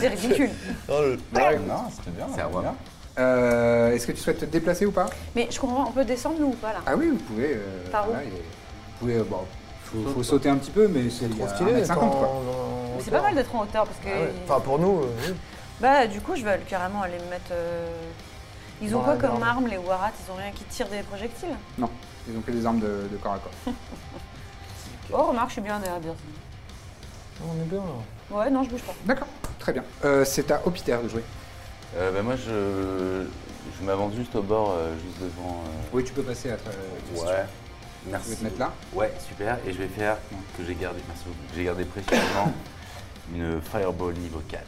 Speaker 4: C'est ridicule.
Speaker 3: Oh, le-
Speaker 8: Non, c'était bien.
Speaker 7: C'est à moi.
Speaker 2: Euh, Est-ce que tu souhaites te déplacer ou pas
Speaker 4: Mais je comprends, on peut descendre nous ou pas là
Speaker 2: Ah oui, vous pouvez. euh,
Speaker 4: Par où
Speaker 2: voilà, et- Vous pouvez. euh, bon, faut, faut sauter un petit peu, mais c'est
Speaker 3: Trop
Speaker 2: euh,
Speaker 3: stylé
Speaker 2: 1m50,
Speaker 3: d'être en-
Speaker 2: quoi.
Speaker 3: en
Speaker 4: Mais C'est
Speaker 3: hauteur.
Speaker 4: pas mal d'être en hauteur parce que.
Speaker 3: Ah ouais. Enfin, pour nous, euh, oui.
Speaker 4: Bah, du coup, je vais carrément aller me mettre. euh, Ils ont
Speaker 3: Dans
Speaker 4: quoi
Speaker 3: la
Speaker 4: comme
Speaker 3: garde.
Speaker 4: arme, les Warats Ils ont rien qui tire des projectiles
Speaker 2: Non, ils ont que des armes de, de corps à corps.
Speaker 4: Oh, remarque, je suis bien derrière Birzim.
Speaker 3: on est bien. hein.
Speaker 4: Ouais, non, je bouge pas.
Speaker 2: [LAUGHS] D'accord, très bien. Euh, c'est à Hopiter de jouer.
Speaker 7: Euh, bah, moi, je, je m'avance juste au bord, euh, juste devant. euh,
Speaker 2: Oui, tu peux passer à travers.
Speaker 7: Ouais.
Speaker 2: Tu
Speaker 7: Merci.
Speaker 2: veux te mettre là
Speaker 7: Ouais, super. Et je vais faire que j'ai gardé, merci beaucoup, que j'ai gardé [LAUGHS] précieusement une Fireball niveau 4.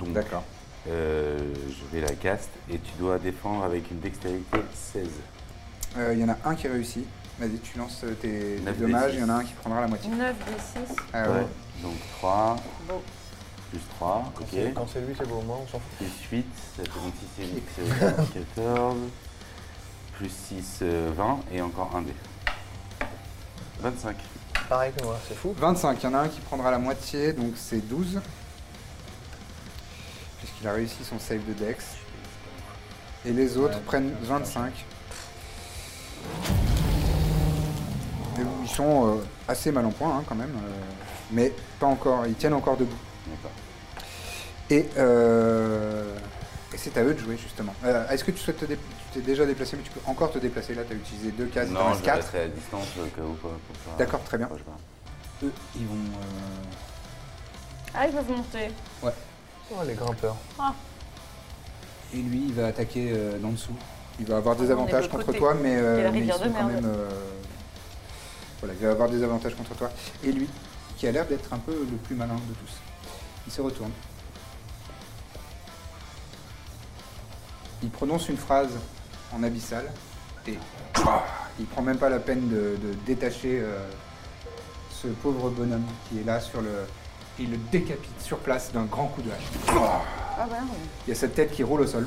Speaker 7: Donc,
Speaker 2: D'accord.
Speaker 7: euh, je vais la cast et tu dois défendre avec une dextérité 16.
Speaker 2: Euh, Il y en a un qui réussit. Vas-y, tu lances euh, tes, tes
Speaker 7: Neuf des
Speaker 2: dommages,
Speaker 7: six.
Speaker 2: il y en a un qui prendra la moitié.
Speaker 4: 9 des 6.
Speaker 2: Ah ouais.
Speaker 7: Donc 3,
Speaker 4: Beau.
Speaker 7: plus 3,
Speaker 3: Quand
Speaker 7: ok.
Speaker 3: c'est- Quand c'est lui, c'est beau. Moi, on s'en fout.
Speaker 7: Plus 8, ça fait donc si c'est une dextérité 14, plus 6, euh, 20 et encore un dé. 25.
Speaker 3: Pareil que moi, c'est fou.
Speaker 2: 25, il y en a un qui prendra la moitié, donc c'est 12. Puisqu'il a réussi son save de Dex. Et les autres prennent 25. Et ils sont euh, assez mal en point hein, quand même, euh, mais pas encore, ils tiennent encore debout.
Speaker 7: D'accord.
Speaker 2: Et, euh, et c'est à eux de jouer justement. Euh, Est-ce que tu souhaites te dé- tu t'es déjà déplacé, mais tu peux encore te déplacer là, tu as utilisé deux cases, il t'en
Speaker 7: Non,
Speaker 2: reste
Speaker 7: je
Speaker 2: quatre.
Speaker 7: resterai à distance au cas où. quoi, pour faire-
Speaker 2: D'accord, très bien.
Speaker 7: Ouais, je sais pas.
Speaker 2: Eux, ils vont... euh,
Speaker 4: Ah, ils peuvent monter.
Speaker 2: Ouais. Ah.
Speaker 3: Oh, les grimpeurs.
Speaker 2: Et lui, il va attaquer euh, d'en dessous. Il va avoir
Speaker 4: Ah, On
Speaker 2: des
Speaker 4: est
Speaker 2: avantages
Speaker 4: de
Speaker 2: contre
Speaker 4: côté.
Speaker 2: toi, mais, euh,
Speaker 4: Il y a la
Speaker 2: mais ils
Speaker 4: rivière de
Speaker 2: sont quand
Speaker 4: merde.
Speaker 2: même. euh, Voilà, il va avoir des avantages contre toi. Et lui, qui a l'air d'être un peu le plus malin de tous. Il se retourne. Il prononce une phrase en abyssal et ah, il prend même pas la peine de, de détacher euh, ce pauvre bonhomme qui est là sur le, et il le décapite sur place d'un grand coup de hache.
Speaker 4: Ah bah oui.
Speaker 2: Il y a cette tête qui roule au sol.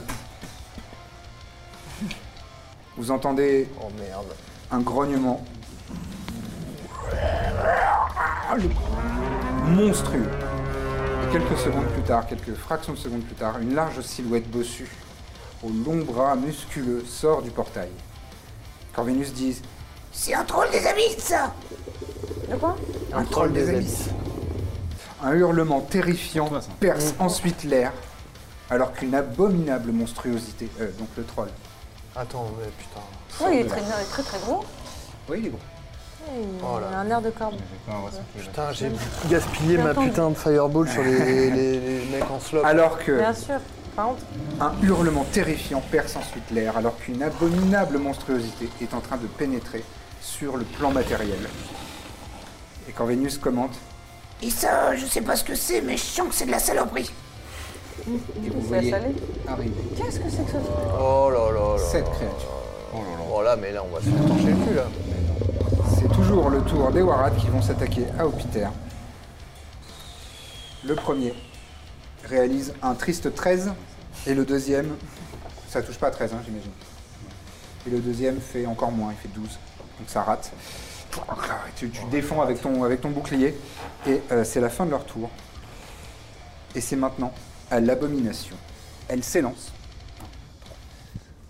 Speaker 2: Vous entendez
Speaker 3: Oh merde.
Speaker 2: un grognement Ah, Le- monstrueux. Et quelques secondes plus tard, quelques fractions de secondes plus tard, une large silhouette bossue, aux longs bras musculeux, sort du portail. Corvinus dit C'est un troll des abysses, ça
Speaker 4: De quoi
Speaker 2: Un troll des abysses. Un hurlement terrifiant perce ensuite l'air, alors qu'une abominable monstruosité, euh, donc le troll.
Speaker 3: Attends, mais putain.
Speaker 4: Oui, il est très, il est très très gros.
Speaker 2: Oui, il est gros.
Speaker 6: Il
Speaker 3: Oh là.
Speaker 6: a un air de corbeau.
Speaker 3: Putain, j'ai gaspillé ma
Speaker 6: entendu.
Speaker 3: putain de fireball sur les, les- les mecs en slop.
Speaker 2: Alors que.
Speaker 6: Bien sûr. Par contre,
Speaker 2: Un hurlement terrifiant perce ensuite l'air alors qu'une abominable monstruosité est en train de pénétrer sur le plan matériel. Et quand Vénus commente Et ça, je sais pas ce que c'est, mais je sens que c'est de la saloperie. Et vous
Speaker 4: C'est
Speaker 2: voyez
Speaker 4: salé.
Speaker 2: arriver
Speaker 4: Qu'est-ce que c'est que ce truc
Speaker 3: Oh là là là.
Speaker 2: cette créature.
Speaker 3: Oh là, mais là, on va se faire torcher le cul là.
Speaker 2: C'est toujours le tour des Warats qui vont s'attaquer à Hopiter. Le premier réalise un triste 13 et le deuxième, ça touche pas à 13 hein, j'imagine. Et le deuxième fait encore moins, il fait 12. Donc ça rate. Et Tu, tu défends avec ton, avec ton bouclier et euh, c'est la fin de leur tour. Et c'est maintenant à l'abomination. Elle s'élance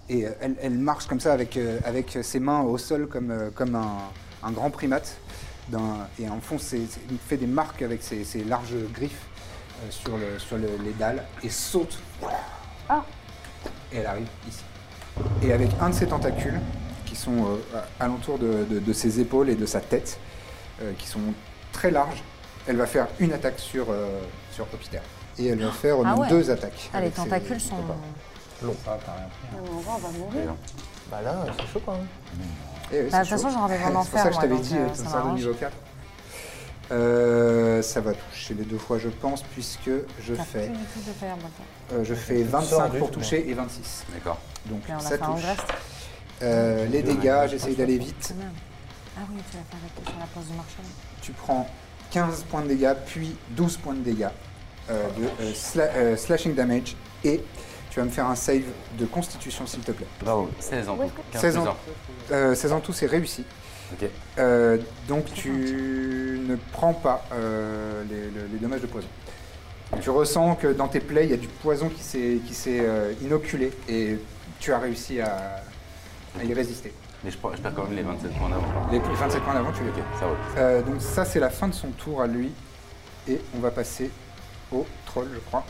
Speaker 2: et euh, elle, elle marche comme ça avec, euh, avec ses mains au sol comme, euh, comme un, un grand primate. d'un- Et en fond, c'est- c'est- il fait des marques avec ses, ses larges griffes euh, sur, le- sur le- les dalles et saute.
Speaker 6: Ah.
Speaker 2: Et elle arrive ici. Et avec un de ses tentacules, qui sont euh, à- alentour de, de- de ses épaules et de sa tête, euh, qui sont très larges, elle va faire une attaque sur, euh, sur Hopiter. Et elle va faire
Speaker 6: Ah
Speaker 2: même
Speaker 6: ouais.
Speaker 2: deux attaques.
Speaker 6: ah, les
Speaker 2: avec ses-
Speaker 6: tentacules
Speaker 2: ses
Speaker 6: sont.
Speaker 2: copains. Ah, hein.
Speaker 4: On va, on va mourir.
Speaker 3: Bah là, c'est chaud quand même.
Speaker 2: Eh oui, c'est
Speaker 6: Bah, de toute
Speaker 2: chaud.
Speaker 6: façon, j'en rêvais
Speaker 2: C'est
Speaker 6: en
Speaker 2: pour ça
Speaker 6: enfer.
Speaker 2: que je
Speaker 6: moi,
Speaker 2: t'avais
Speaker 6: donc,
Speaker 2: dit,
Speaker 6: euh,
Speaker 2: ça,
Speaker 6: ça
Speaker 2: ça de
Speaker 6: m'arrange.
Speaker 2: niveau 4. Euh, ça va toucher les deux fois, je pense, puisque je
Speaker 6: T'as
Speaker 2: fais,
Speaker 6: plus du tout de faire, maintenant.
Speaker 2: euh, je fais
Speaker 3: sors
Speaker 2: 25
Speaker 3: du
Speaker 2: pour
Speaker 3: tout,
Speaker 2: toucher et 26.
Speaker 7: D'accord.
Speaker 2: Donc
Speaker 6: Mais on l'a
Speaker 2: ça
Speaker 6: fait en
Speaker 2: touche.
Speaker 6: Grèce.
Speaker 2: Euh, les dégâts, j'essaye d'aller vite.
Speaker 6: Merde. Ah oui, tu l'as fait avec sur la place du marché. là.
Speaker 2: Tu prends 15 points de dégâts, puis 12 points de dégâts euh, de euh, sla- euh, slashing damage. Et tu vas me faire un save de constitution, s'il te plaît.
Speaker 7: Bravo. 16 ans. 15
Speaker 2: 16 ans.
Speaker 7: ans.
Speaker 2: Euh, 16 en tout, c'est réussi.
Speaker 7: Ok.
Speaker 2: Euh, donc tu ne prends pas euh, les, le- les dommages de poison. Tu ressens que dans tes plaies, il y a du poison qui s'est qui s'est, euh, inoculé et tu as réussi à, à y résister.
Speaker 7: Mais je, prends- je perds quand même les 27 points d'avant.
Speaker 2: Les 27 points d'avant, tu les
Speaker 7: Ok,
Speaker 2: gagnes.
Speaker 7: ça roule.
Speaker 2: Euh, donc ça, c'est la fin de son tour à lui. Et on va passer au troll, je crois.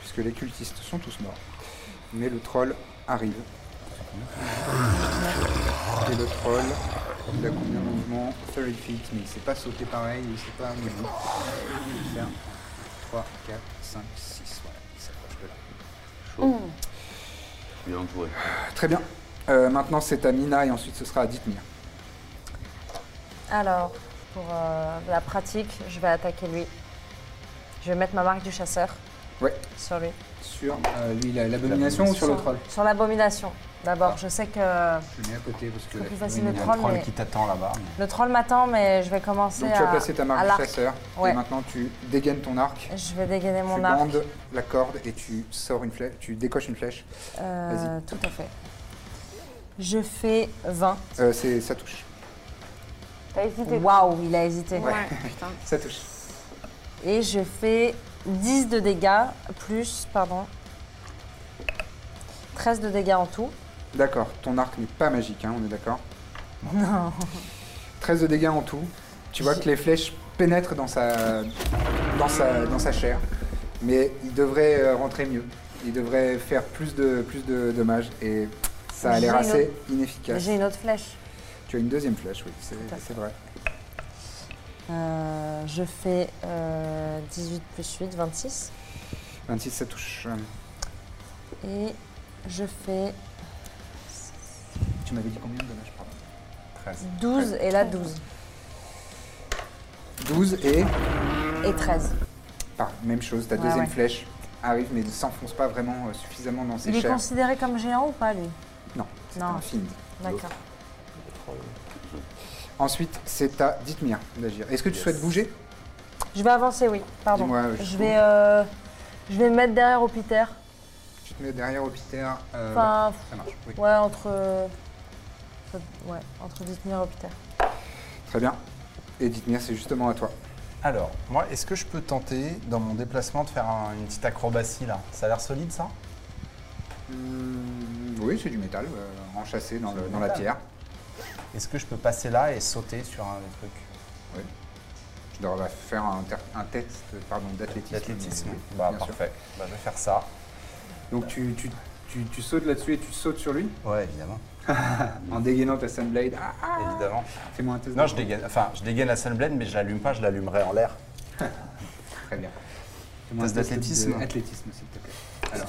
Speaker 2: Puisque les cultistes sont tous morts. Mais le troll arrive. Et le troll, il a combien de mouvements 30 feet, mais il sait pas sauter pareil, il sait pas mourir. Il va faire 3, 4, 5, 6. Voilà, il s'approche de là. Ah,
Speaker 7: Chaud. Je suis bien entouré.
Speaker 2: Très bien. Euh, maintenant, c'est à Mina et ensuite ce sera à Dithmir.
Speaker 6: Alors, pour euh, la pratique, je vais attaquer lui. Je vais mettre ma marque du chasseur
Speaker 2: Ouais.
Speaker 6: sur lui.
Speaker 2: Sur euh, lui, la- l'abomination ou sur le troll
Speaker 6: Sur l'abomination. D'abord, je sais que
Speaker 2: Je le mets à côté parce que
Speaker 6: C'est
Speaker 2: la-
Speaker 6: plus facile
Speaker 2: il y a
Speaker 6: de
Speaker 2: un
Speaker 6: troll, mais-
Speaker 2: qui t'attend là-bas.
Speaker 6: le troll m'attend, mais je vais commencer
Speaker 2: Donc
Speaker 6: à.
Speaker 2: tu as placé ta
Speaker 6: à
Speaker 2: marque du
Speaker 6: l'arc.
Speaker 2: chasseur
Speaker 6: Ouais.
Speaker 2: et maintenant tu dégaines ton arc,
Speaker 6: Je vais dégainer
Speaker 2: tu
Speaker 6: mon arc.
Speaker 2: bandes la corde et tu sors une flèche, tu décoches une flèche.
Speaker 6: Euh, tout à fait. Je fais 20.
Speaker 2: Euh, c'est ça touche.
Speaker 4: T'as hésité.
Speaker 6: Waouh, il a hésité.
Speaker 4: Ouais, putain.
Speaker 2: Ça touche.
Speaker 6: Et je fais 10 de dégâts, plus, pardon, 13 de dégâts en tout.
Speaker 2: D'accord, ton arc n'est pas magique, hein, on est d'accord
Speaker 6: Non.
Speaker 2: 13 de dégâts en tout. Tu vois que les flèches pénètrent dans sa, dans sa, dans sa chair. Mais il devrait euh, rentrer mieux. Il devrait faire plus de, plus de dommages et ça a
Speaker 6: J'ai
Speaker 2: l'air
Speaker 6: une
Speaker 2: assez
Speaker 6: autre- Mais
Speaker 2: inefficace.
Speaker 6: J'ai une autre flèche.
Speaker 2: Tu as une deuxième flèche, oui, c'est
Speaker 6: Tout à fait.
Speaker 2: c'est vrai.
Speaker 6: Euh, je fais euh, 18 plus 8, 26.
Speaker 2: 26, ça touche. euh,
Speaker 6: Et je fais
Speaker 2: Tu m'avais dit combien de dommages, pardon
Speaker 6: 12 et là 12.
Speaker 2: 12 et
Speaker 6: Et 13.
Speaker 2: par même chose, ta
Speaker 6: Ouais,
Speaker 2: deuxième
Speaker 6: ouais.
Speaker 2: flèche arrive mais ne s'enfonce pas vraiment euh, suffisamment dans ses
Speaker 6: Il est
Speaker 2: chairs.
Speaker 6: considéré comme géant ou pas lui
Speaker 2: Non, c'est
Speaker 6: Non.
Speaker 2: un film.
Speaker 6: D'accord.
Speaker 2: Ensuite, c'est à Dithmir d'agir. Est-ce que tu souhaites bouger
Speaker 6: Je vais avancer, oui. Pardon.
Speaker 2: Dis-moi,
Speaker 6: je,
Speaker 2: je suis-
Speaker 6: vais, euh, je vais me mettre derrière Hopiter.
Speaker 2: Tu te mets derrière Hopiter. euh,
Speaker 6: Enfin,
Speaker 2: ouais, ça marche. oui.
Speaker 6: Ouais, entre. euh, Ouais, entre Dithmir et Hopiter.
Speaker 2: Très bien. Et dites-moi, c'est justement à toi.
Speaker 8: Alors, moi, est-ce que je peux tenter, dans mon déplacement, de faire un- une petite acrobatie là Ça a l'air solide ça
Speaker 2: Hum, oui, c'est du métal, euh, enchâssé dans, le- dans la pierre.
Speaker 8: Est-ce que je peux passer là et sauter sur un des trucs
Speaker 2: Oui. Je dois faire un, ter- un test pardon, d'athlétisme.
Speaker 8: L'athlétisme.
Speaker 2: Oui,
Speaker 8: Bah,
Speaker 2: bien sûr.
Speaker 8: parfait. Bah, je vais faire ça.
Speaker 2: Donc tu, tu- tu- tu sautes là-dessus et tu sautes sur lui
Speaker 8: Ouais, évidemment.
Speaker 2: en dégainant ta Sunblade. Ah, ah,
Speaker 8: Évidemment.
Speaker 2: Fais-moi un test.
Speaker 8: Non, je dégaine, enfin, je dégaine la Sunblade, mais je l'allume pas, je l'allumerai en l'air.
Speaker 2: Très bien. Fais-moi un
Speaker 8: Test
Speaker 2: test
Speaker 8: d'athlétisme.
Speaker 2: de- Athlétisme, s'il te plaît. Alors,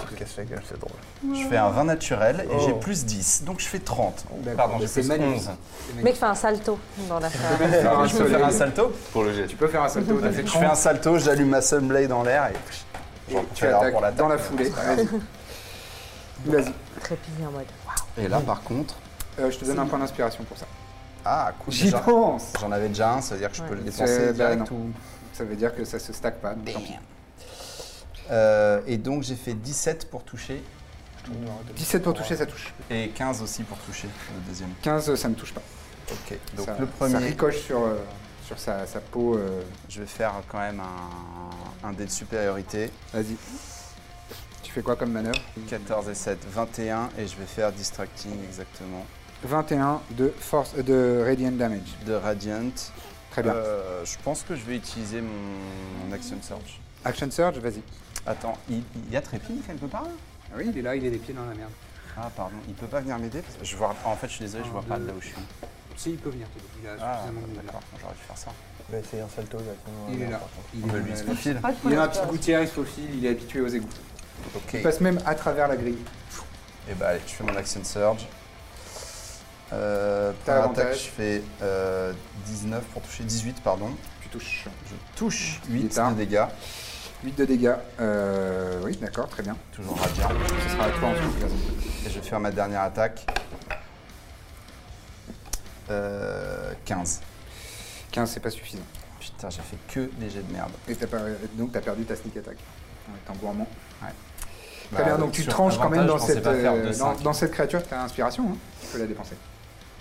Speaker 3: c'est drôle.
Speaker 8: Je fais un 20 naturel et
Speaker 3: Oh.
Speaker 8: j'ai plus 10, donc je fais 30.
Speaker 2: Oh, D'accord,
Speaker 8: Pardon, j'ai
Speaker 2: c'est
Speaker 8: plus
Speaker 2: magnifique.
Speaker 8: 11.
Speaker 6: Mec, fais un salto dans la salle.
Speaker 8: [LAUGHS]
Speaker 2: Alors,
Speaker 8: Je peux faire un
Speaker 2: tu
Speaker 8: salto
Speaker 7: Pour le jet.
Speaker 2: peux faire un salto. t'as fait
Speaker 8: Je fais un salto, j'allume ma Sunblade en l'air et...
Speaker 2: Et tu
Speaker 8: fais alors
Speaker 2: attaques
Speaker 8: pour l'attaque,
Speaker 2: dans la
Speaker 8: mais
Speaker 2: foulée.
Speaker 8: c'est pas grave.
Speaker 2: Vas-y. Vas-y.
Speaker 6: Trépigné en mode.
Speaker 8: Et là, par contre...
Speaker 2: Euh, je te donne un point d'inspiration pour ça.
Speaker 8: Ah, cool.
Speaker 2: J'y
Speaker 8: déjà-
Speaker 2: pense
Speaker 8: J'en avais déjà un, ça veut dire que je peux le
Speaker 2: Euh,
Speaker 8: dépenser
Speaker 2: bah,
Speaker 8: direct
Speaker 2: non.
Speaker 8: ou...
Speaker 2: Ça veut dire que ça se stack pas. donc tant pis.
Speaker 8: Euh, et donc j'ai fait 17 pour toucher
Speaker 2: 17 pour toucher, ça touche.
Speaker 8: et 15 aussi pour toucher le deuxième.
Speaker 2: 15, ça ne touche pas.
Speaker 8: Ok, donc
Speaker 2: ça,
Speaker 8: le
Speaker 2: Ça
Speaker 8: premier,
Speaker 2: ricoche sur, euh, sur sa, sa peau. euh,
Speaker 8: je vais faire quand même un, un dé de supériorité.
Speaker 2: Vas-y. Tu fais quoi comme manœuvre
Speaker 8: 14 et 7, 21 et je vais faire distracting exactement
Speaker 2: 21 de force euh, de radiant damage.
Speaker 8: de Radiant.
Speaker 2: Très bien.
Speaker 8: Euh, je pense que je vais utiliser mon, mon action surge.
Speaker 2: Action surge, vas-y.
Speaker 8: Attends, il, il y a Trépine quelque part là
Speaker 2: Ah oui, il est là, il est les pieds dans la merde.
Speaker 8: Ah pardon, il peut pas venir m'aider parce que je vois en fait je suis désolé, je vois pas de là où je suis.
Speaker 2: Si, il peut venir. Il a
Speaker 8: Ah d'accord, j'aurais dû faire ça.
Speaker 3: Je vais essayer un salto directement.
Speaker 2: Il est là. Il
Speaker 8: On peut
Speaker 2: est
Speaker 8: lui
Speaker 2: là.
Speaker 8: se profile.
Speaker 2: Il a un petit gouttière, il se faufile, il est habitué aux égouts.
Speaker 8: Ok.
Speaker 2: Il passe même à travers la grille.
Speaker 8: Et bah allez, je fais mon action surge. Euh,
Speaker 2: T'as
Speaker 8: par attaque,
Speaker 2: avantage.
Speaker 8: je fais euh, 19 pour toucher, 18 pardon.
Speaker 2: Tu touches.
Speaker 8: Je touche
Speaker 2: Il
Speaker 8: 8
Speaker 2: est tard.
Speaker 8: de dégâts,
Speaker 2: 8 de dégâts. Euh, oui, d'accord, très bien.
Speaker 8: toujours radiant.
Speaker 2: Ce sera à toi ensuite. Gazon.
Speaker 8: Et je vais faire ma dernière attaque. Euh, 15.
Speaker 2: 15, c'est pas suffisant.
Speaker 8: Putain, j'ai fait que des jets de merde.
Speaker 2: Et t'as pas- donc t'as perdu ta sneak attack. En étant gourmand. Très
Speaker 8: Bah,
Speaker 2: bien, donc tu
Speaker 8: sur
Speaker 2: tranches quand même
Speaker 8: avantage,
Speaker 2: dans
Speaker 8: je pensais
Speaker 2: cette,
Speaker 8: pas faire
Speaker 2: euh,
Speaker 8: de
Speaker 2: dans,
Speaker 8: cinq.
Speaker 2: dans cette créature, t'as inspiration, hein. tu peux la dépenser.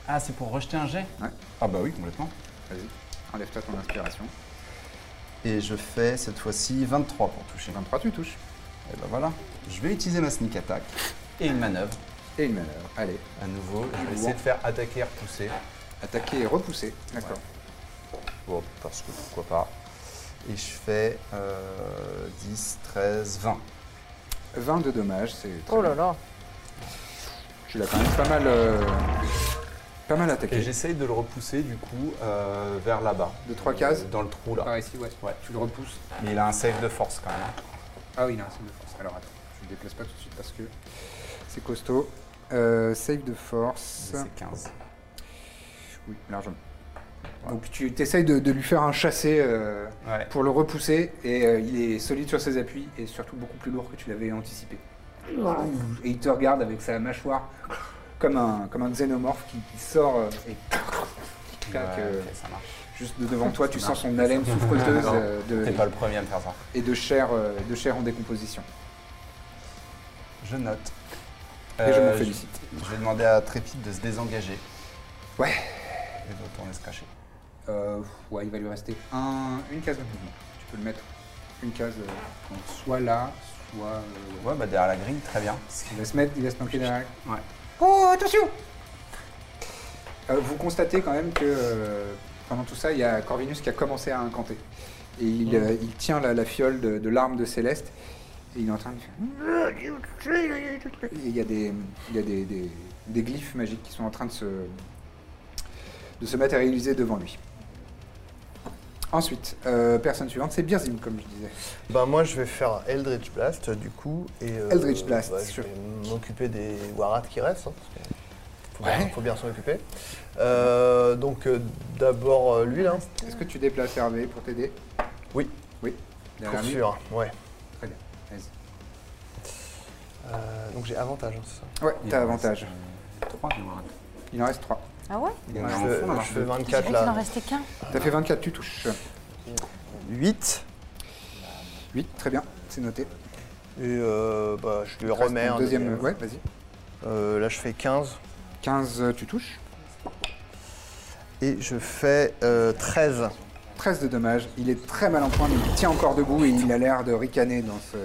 Speaker 8: Ah, c'est pour rejeter un jet
Speaker 2: Ouais.
Speaker 8: Ah bah oui, complètement.
Speaker 2: Vas-y, enlève-toi ton inspiration.
Speaker 8: Et je fais cette fois-ci 23 pour toucher.
Speaker 2: 23, tu touches.
Speaker 8: Et bah voilà. Je vais utiliser ma sneak attack et une manœuvre.
Speaker 2: Et une manœuvre. Allez,
Speaker 8: À nouveau, je vais essayer de faire attaquer et repousser.
Speaker 2: attaquer et repousser. D'accord.
Speaker 8: Bon, parce que pourquoi pas. Et je fais euh, 10, 13, 20.
Speaker 2: 20 de dommages, c'est très
Speaker 6: Oh là
Speaker 2: bien.
Speaker 6: là.
Speaker 2: Tu l'as quand même pas mal, euh, pas mal attaqué.
Speaker 8: j'essaye de le repousser du coup euh, vers là-bas. Euh,
Speaker 2: De trois cases
Speaker 8: Dans le trou
Speaker 2: Par ici, ouais. Tu le repousses.
Speaker 8: Mais il a un save de force quand même. hein.
Speaker 2: Ah oui, il a un save de force. Alors attends, je ne le déplace pas tout de suite parce que c'est costaud. Euh, save de force.
Speaker 8: C'est 15.
Speaker 2: Oui, largement. Donc tu essayes de, de lui faire un chassé euh,
Speaker 8: Ouais.
Speaker 2: pour le repousser et euh, il est solide sur ses appuis et surtout beaucoup plus lourd que tu l'avais anticipé. Et il te regarde avec sa mâchoire comme un, comme un xénomorphe qui, qui sort euh, et qui claque,
Speaker 8: Ouais,
Speaker 2: euh,
Speaker 8: ok, ça marche.
Speaker 2: juste
Speaker 8: [LAUGHS]
Speaker 2: de devant toi. Tu sens son haleine souffreteuse euh, de,
Speaker 8: T'es pas le premier à me faire ça.
Speaker 2: et de chair, euh, de chair en décomposition.
Speaker 8: Je note.
Speaker 2: Et je m'en félicite.
Speaker 8: Euh, Je vais demander à Trépide de se désengager.
Speaker 2: Ouais.
Speaker 8: Et de retourner se cacher.
Speaker 2: Euh, ouais, il va lui rester un, une case de mouvement. Tu peux le mettre une case, euh, donc soit là, soit. euh,
Speaker 8: Ouais, bah derrière la grille, très bien.
Speaker 2: Il va se mettre, il va se planquer derrière. Ouais. Oh, attention Euh, Vous constatez quand même que euh, pendant tout ça, il y a Corvinus qui a commencé à incanter. Et il, euh, il tient la, la fiole de, de l'arme de Céleste. Et il est en train de faire. Et il y a des, il y a des, des- des glyphes magiques qui sont en train de se, de se matérialiser devant lui. Ensuite, euh, personne suivante, c'est Birzim, comme je disais.
Speaker 3: Bah moi je vais faire Eldritch Blast du coup et euh,
Speaker 2: Eldritch Blast,
Speaker 3: bah, je
Speaker 2: sûr.
Speaker 3: vais m'occuper des Warats qui restent. hein, parce que faut,
Speaker 2: Ouais.
Speaker 3: bien, faut bien s'en occuper. Euh, donc euh, d'abord euh, lui là.
Speaker 2: Est-ce que tu déplaces Hervé pour t'aider
Speaker 3: Oui.
Speaker 2: Oui. Derrière
Speaker 3: Pour
Speaker 2: lui
Speaker 3: sûr. Ouais.
Speaker 2: Très bien. Vas-y.
Speaker 3: Euh, donc j'ai avantage, hein, c'est ça.
Speaker 2: Ouais,
Speaker 5: Il
Speaker 2: t'as
Speaker 5: en
Speaker 2: avantage.
Speaker 5: reste, euh, Trois, je vois.
Speaker 2: Il en reste 3.
Speaker 6: Ah ouais
Speaker 2: Il en
Speaker 3: je
Speaker 2: reste-
Speaker 3: fais, je fais 24
Speaker 6: Il en
Speaker 3: là.
Speaker 6: restait qu'un.
Speaker 2: T'as fait 24, tu touches.
Speaker 3: 8.
Speaker 2: 8, très bien, c'est noté.
Speaker 3: Et euh, bah, je lui
Speaker 2: Reste
Speaker 3: remets
Speaker 2: une
Speaker 3: un.
Speaker 2: deuxième,
Speaker 3: dé.
Speaker 2: ouais, vas-y.
Speaker 3: Euh, là, je fais 15.
Speaker 2: 15, euh, tu touches.
Speaker 3: Et je fais euh, 13.
Speaker 2: 13 de dommages. Il est très mal en point, mais il tient encore debout et il a l'air de ricaner dans ce...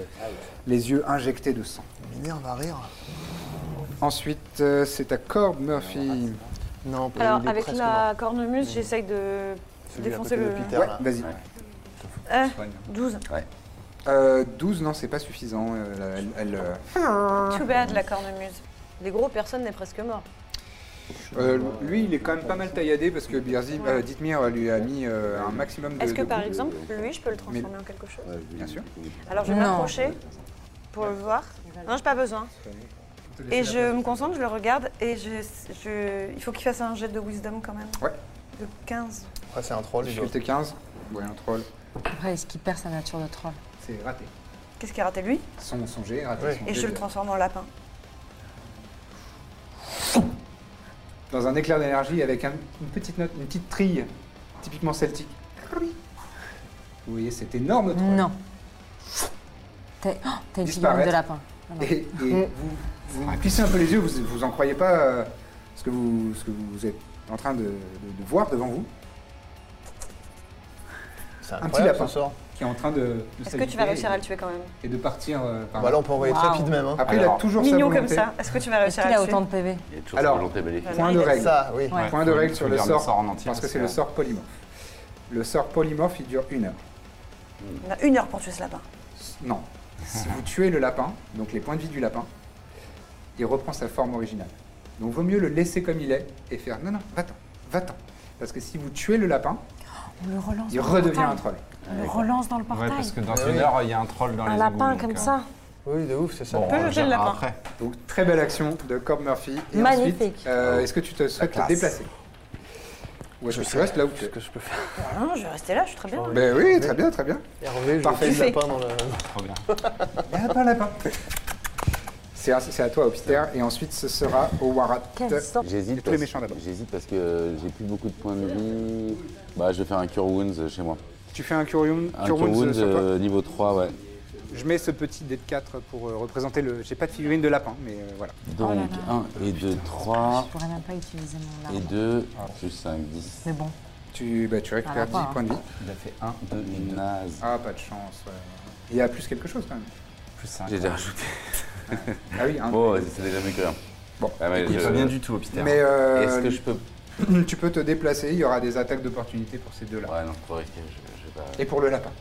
Speaker 2: les yeux injectés de sang.
Speaker 3: Mineur va rire.
Speaker 2: Ensuite, euh, c'est à Corbe Murphy.
Speaker 3: Non, il
Speaker 4: Alors,
Speaker 3: est
Speaker 4: avec
Speaker 3: presque
Speaker 4: la
Speaker 3: mort.
Speaker 4: cornemuse, j'essaye de
Speaker 3: Celui à
Speaker 4: défoncer
Speaker 3: côté de
Speaker 4: le.
Speaker 3: Peter,
Speaker 2: Ouais,
Speaker 3: là.
Speaker 2: vas-y.
Speaker 4: Ah, 12.
Speaker 2: Euh, 12, non, c'est pas suffisant. euh, elle, elle, euh,
Speaker 6: Ah.
Speaker 4: Too bad, la cornemuse. Des gros, personne n'est presque mort.
Speaker 2: euh, lui, il est quand même pas mal tailladé parce que Birzim, euh, Dithmir lui a mis euh, un maximum de.
Speaker 4: Est-ce que
Speaker 2: de
Speaker 4: par
Speaker 2: coups.
Speaker 4: exemple, lui, je peux le
Speaker 2: Mais-
Speaker 4: transformer en quelque chose
Speaker 2: Bien sûr.
Speaker 4: Alors je vais
Speaker 6: Non.
Speaker 4: m'approcher pour le voir. Non, j'ai pas besoin. Et je me concentre, je le regarde et je, je- il faut qu'il fasse un jet de wisdom quand même.
Speaker 2: Ouais.
Speaker 4: De 15.
Speaker 3: Après, c'est un troll. Il doit...
Speaker 2: Difficulté 15. Ouais, un troll.
Speaker 6: Après, est-ce qu'il perd sa nature de troll
Speaker 2: C'est raté.
Speaker 4: Qu'est-ce qui a raté lui
Speaker 2: Son, son jet est raté.
Speaker 3: Ouais.
Speaker 2: son
Speaker 4: Et
Speaker 2: jet
Speaker 4: je le
Speaker 2: de-
Speaker 4: transforme en lapin.
Speaker 2: Dans un éclair d'énergie avec un- une petite note, une petite trille, typiquement celtique. Vous voyez cet énorme troll.
Speaker 6: Non. T'as oh, t'as une figurine
Speaker 2: Disparaître.
Speaker 6: de lapin. Ah non.
Speaker 2: Et, et
Speaker 4: Mm.
Speaker 2: vous, vous plissez un peu les yeux, vous, vous en croyez pas euh, ce, que vous, ce que vous êtes en train de, de- de voir devant vous,
Speaker 3: C'est
Speaker 2: petit
Speaker 3: incroyable,
Speaker 2: lapin.
Speaker 3: ce sort.
Speaker 2: qui est en train de, de
Speaker 4: Est-ce que
Speaker 2: s'agiter
Speaker 4: tu vas réussir
Speaker 2: et-
Speaker 4: à le tuer quand même
Speaker 2: Et de partir euh, par
Speaker 3: Bah, là, on peut envoyer très vite même. Hein.
Speaker 2: Après, il a
Speaker 7: Alors,
Speaker 2: toujours sa
Speaker 4: Mignon
Speaker 2: volonté.
Speaker 4: comme ça. Est-ce que tu vas
Speaker 6: Est-ce
Speaker 4: réussir à
Speaker 6: qu'il
Speaker 4: le
Speaker 6: a
Speaker 4: tuer
Speaker 6: autant de PV
Speaker 7: Il y a toujours
Speaker 2: Alors,
Speaker 7: de volonté maléfique.
Speaker 2: Point de règle.
Speaker 3: Ça, oui.
Speaker 6: Ouais.
Speaker 2: Point de
Speaker 7: Faut
Speaker 2: règle
Speaker 7: lire
Speaker 2: sur le
Speaker 7: le
Speaker 2: sort,
Speaker 7: sort en entier,
Speaker 2: parce que
Speaker 7: parce
Speaker 2: c'est
Speaker 7: que-
Speaker 2: le sort polymorphe. Le sort polymorphe, il dure une heure.
Speaker 4: On a une heure pour tuer ce lapin.
Speaker 2: Non. si vous tuez le lapin, donc les points de vie du lapin, il reprend sa forme originale. Donc vaut mieux le laisser comme il est et faire non, non, va-t'en, va-t'en. Parce que si vous tuez le lapin,
Speaker 6: On le relance.
Speaker 2: il
Speaker 6: dans le
Speaker 2: redevient
Speaker 6: portail.
Speaker 2: un troll.
Speaker 6: On le relance dans le
Speaker 5: Ouais,
Speaker 6: portail.
Speaker 5: parce que dans
Speaker 3: Ah
Speaker 5: une
Speaker 3: oui.
Speaker 5: heure, il y a un troll dans les
Speaker 6: Un
Speaker 5: égouts.
Speaker 6: lapin
Speaker 5: donc,
Speaker 6: comme
Speaker 5: euh,
Speaker 6: ça.
Speaker 3: Oui, de ouf, c'est ça.
Speaker 5: Bon,
Speaker 8: euh,
Speaker 4: peut
Speaker 5: on
Speaker 4: jeter le
Speaker 5: verra
Speaker 4: lapin.
Speaker 5: Après.
Speaker 2: Donc très belle action de Corb Murphy. Et
Speaker 6: Magnifique.
Speaker 2: ensuite, euh, est-ce que tu te souhaites te
Speaker 3: classe.
Speaker 2: déplacer Ou est-ce que tu restes là où tu es
Speaker 3: Qu'est-ce que je peux faire
Speaker 4: Ah non, je vais rester là, je suis très bien.
Speaker 2: Ben oui, très bien, très bien.
Speaker 3: Hervé, je
Speaker 2: Parfait.
Speaker 3: vais le lapin dans le.
Speaker 5: Trop bien.
Speaker 2: Lapin, lapin. C'est à, c'est à toi, Obster, et ensuite ce sera au Warat.
Speaker 6: Quel sort
Speaker 7: J'hésite
Speaker 2: tous les
Speaker 7: parce-
Speaker 2: méchants d'abord.
Speaker 7: J'hésite parce que j'ai plus beaucoup de points de vie. Bah, je vais faire un Cure Wounds chez moi.
Speaker 2: Tu fais un Curium,
Speaker 7: Un
Speaker 2: Cure
Speaker 7: Cure
Speaker 2: Wounds,
Speaker 7: Wounds
Speaker 2: sur toi.
Speaker 7: euh, niveau 3, ouais.
Speaker 2: Je mets ce petit dé de 4 pour euh, représenter le. J'ai pas de figurine de lapin, mais euh, voilà.
Speaker 6: Oh là
Speaker 7: Donc
Speaker 6: là.
Speaker 7: 1 et 2, 3
Speaker 6: Je pourrais même pas utiliser mon
Speaker 7: et
Speaker 6: arme.
Speaker 7: 2 plus 5, 10.
Speaker 6: Mais bon,
Speaker 2: Tu, bah, tu récupères
Speaker 6: Ah,
Speaker 2: 10
Speaker 6: lapin, hein.
Speaker 2: points de vie.
Speaker 8: Il a fait 1, 2
Speaker 7: 2
Speaker 8: et 2.
Speaker 7: naze.
Speaker 2: Ah, pas de chance. ouais. Il y a plus quelque chose quand même.
Speaker 8: Plus 5.
Speaker 7: J'ai déjà rajouté.
Speaker 2: Ah oui, un.
Speaker 7: Bon, ouais, c'est déjà mieux que rien.
Speaker 2: Bon,
Speaker 7: Oh, Ah, mais
Speaker 8: Il
Speaker 7: je-
Speaker 8: pas bien du tout, Hopster.
Speaker 2: mais euh,
Speaker 7: Est-ce que je peux. Ouais,
Speaker 2: tu peux te déplacer, il y aura des attaques d'opportunité pour ces deux-là.
Speaker 7: non, c'est trop risqué. Je, je vais pas...
Speaker 2: Et pour le lapin.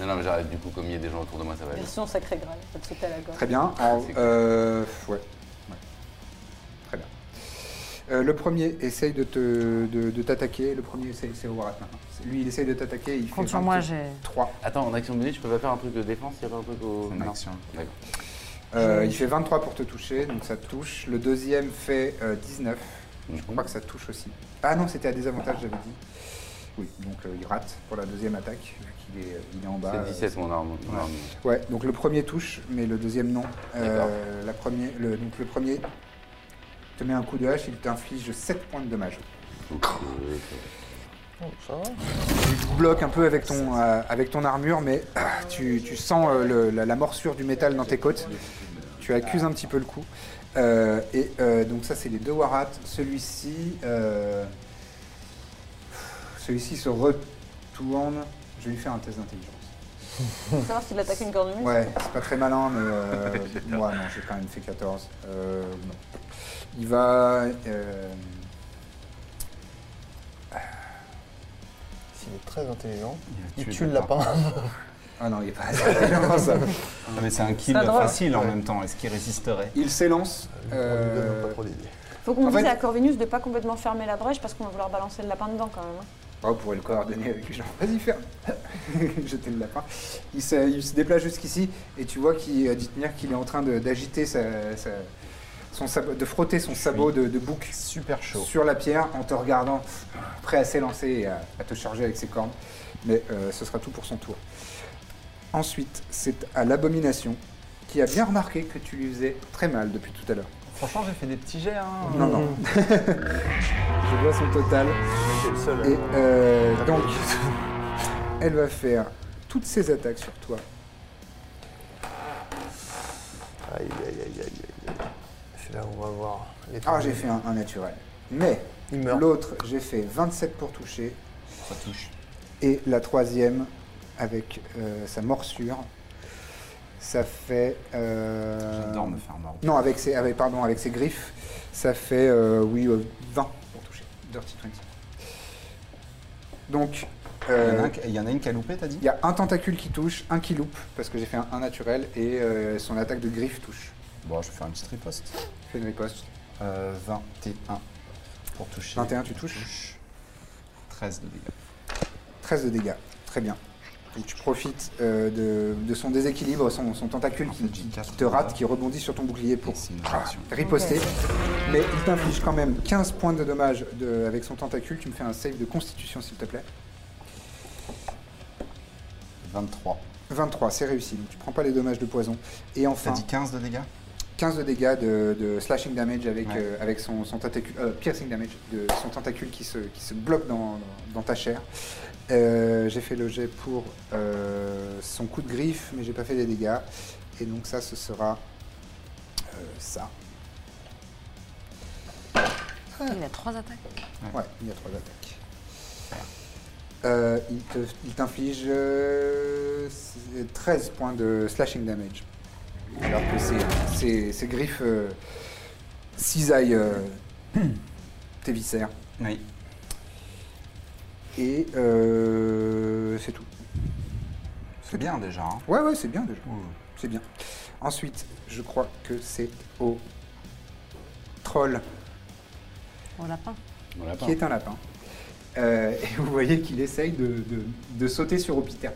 Speaker 7: Non, non, mais j'arrête du coup, comme il y a des gens autour de moi, ça va aller.
Speaker 11: Version sacrée grave, ça te saute à la gorge.
Speaker 2: Très bien. Alors,
Speaker 7: Ah, C'est cool.
Speaker 2: euh, ouais. Ouais. Très bien. Euh, le premier essaye de te de, de t'attaquer. Le premier essaye, c'est au Warat maintenant. Lui, il essaye de t'attaquer. Il
Speaker 6: compte
Speaker 2: fait
Speaker 6: sur moi,
Speaker 2: 23.
Speaker 6: j'ai.
Speaker 7: Attends, en action bonus, je peux pas faire un truc de défense Il y a pas un truc au.
Speaker 8: En
Speaker 7: Non.
Speaker 8: action.
Speaker 7: D'accord.
Speaker 2: Euh, il fait 23 pour te toucher, donc ça te touche. Le deuxième fait euh, 19. Je crois que ça te touche aussi. Ah non, c'était à désavantage, j'avais dit. Oui, donc euh, il rate pour la deuxième attaque, vu qu'il est, euh, il est en bas.
Speaker 7: C'est 17 mon arme. mon arme.
Speaker 2: Ouais, donc le premier touche, mais le deuxième non. Euh, la premier, le, donc le premier te met un coup de hache, il t'inflige 7 points de dommage.
Speaker 7: Donc, euh,
Speaker 3: Ça va
Speaker 2: Tu te bloques un peu avec ton, euh, avec ton armure, mais ah, tu, tu sens euh, le- la, la morsure du métal dans tes côtes. Tu accuses un petit peu le coup. Euh, et euh, donc ça, c'est les deux warats. Celui-ci, euh, celui-ci se retourne. Je vais lui faire un test d'intelligence.
Speaker 11: Faut savoir s'il attaque une cornemuse.
Speaker 2: Ouais, c'est pas très malin, mais euh, moi, non, j'ai quand même fait 14. Euh, non. Il va. euh,
Speaker 3: S'il est très intelligent,
Speaker 8: Il
Speaker 3: il
Speaker 8: tue
Speaker 3: tue
Speaker 8: le
Speaker 3: le lapin.
Speaker 2: Ah non, il est pas vraiment ça.
Speaker 8: Non, mais c'est un kill
Speaker 11: C'est pas drôle.
Speaker 8: facile en même temps. Est-ce qu'il résisterait
Speaker 2: Il s'élance.
Speaker 3: On lui donne
Speaker 2: euh,
Speaker 3: pas trop d'idées.
Speaker 11: Faut qu'on
Speaker 2: En
Speaker 11: dise
Speaker 2: fait-
Speaker 11: à Corvinus de pas complètement fermer la brèche parce qu'on va vouloir balancer le lapin dedans quand même. hein.
Speaker 2: Oh, vous pourrez le coordonner avec les gens. Vas-y, [LAUGHS] ferme Jeter le lapin. Il se, il se déplace jusqu'ici et tu vois qu'il euh, Dithmir, qu'il est en train de- d'agiter sa- sa- son sabot, de frotter son sabot de, de bouc
Speaker 8: Super chaud.
Speaker 2: sur la pierre en te regardant, prêt à s'élancer et à, à te charger avec ses cornes. Mais euh, ce sera tout pour son tour. Ensuite, c'est à l'abomination qui a bien remarqué que tu lui faisais très mal depuis tout à l'heure.
Speaker 8: Franchement, j'ai fait des petits jets. Hein.
Speaker 2: Non, non. [LAUGHS] Je vois son total.
Speaker 8: hein.
Speaker 3: C'est le seul.
Speaker 2: Et euh, donc, [LAUGHS] Elle va faire toutes ses attaques sur toi.
Speaker 3: Aïe, aïe, aïe, aïe, aïe, aïe. C'est là où on va voir. les
Speaker 2: Ah,
Speaker 3: problèmes.
Speaker 2: j'ai fait un, un naturel. Mais l'autre, j'ai fait 27 pour toucher.
Speaker 8: Ça touche.
Speaker 2: Et la troisième, avec euh, sa morsure, ça fait. euh,
Speaker 8: J'adore me faire mordre.
Speaker 2: Non, avec ses, avec, pardon, avec ses griffes, ça fait, euh, oui, euh, 20 pour toucher. Dirty 20. Donc.
Speaker 8: Il y en a un
Speaker 2: euh,
Speaker 8: qui- Il y, en a une qui a loupé, t'as dit
Speaker 2: Il y a un tentacule qui touche, un qui loupe, parce que j'ai fait un, un naturel, et euh, son attaque de griffe touche.
Speaker 8: Bon, je vais faire une petite riposte.
Speaker 2: Fais une riposte.
Speaker 8: Euh, 21 pour toucher.
Speaker 2: 21, tu touches
Speaker 8: 13 de dégâts.
Speaker 2: 13 de dégâts. Très bien. Donc tu profites euh, de, de son déséquilibre, son, son tentacule qui, qui- qui te rate, qui rebondit sur ton bouclier pour ah, riposter.
Speaker 8: Ok.
Speaker 2: Mais il t'inflige quand même 15 points de dommage de- avec son tentacule. Tu me fais un save de constitution, s'il te plaît.
Speaker 8: 23.
Speaker 2: 23, c'est réussi. Donc tu prends pas les dommages de poison. Et enfin.
Speaker 8: T'as dit 15 de dégâts
Speaker 2: 15 de dégâts de, de slashing damage avec,
Speaker 8: Ouais.
Speaker 2: euh, avec son, son tentacule, euh, piercing damage, de son tentacule qui se, qui se bloque dans, dans- dans ta chair. Euh, j'ai fait le jet pour euh, son coup de griffe, mais j'ai pas fait les dégâts. Et donc ça, ce sera euh, ça.
Speaker 6: Il a trois attaques.
Speaker 2: Ouais, il y a trois attaques. Euh, il, te- il t'inflige euh, c'est 13 points de slashing damage. Alors que ses, ses- ses griffes euh, cisaillent euh, [CLEARS THROAT] tes viscères.
Speaker 8: Oui.
Speaker 2: Et euh, c'est tout.
Speaker 8: C'est bien déjà. hein.
Speaker 2: Ouais, ouais, c'est bien déjà. C'est bien. Ensuite, je crois que c'est au troll
Speaker 6: Au lapin.
Speaker 2: qui est un lapin. Euh, et vous voyez qu'il essaye de, de- de sauter sur Hopiter.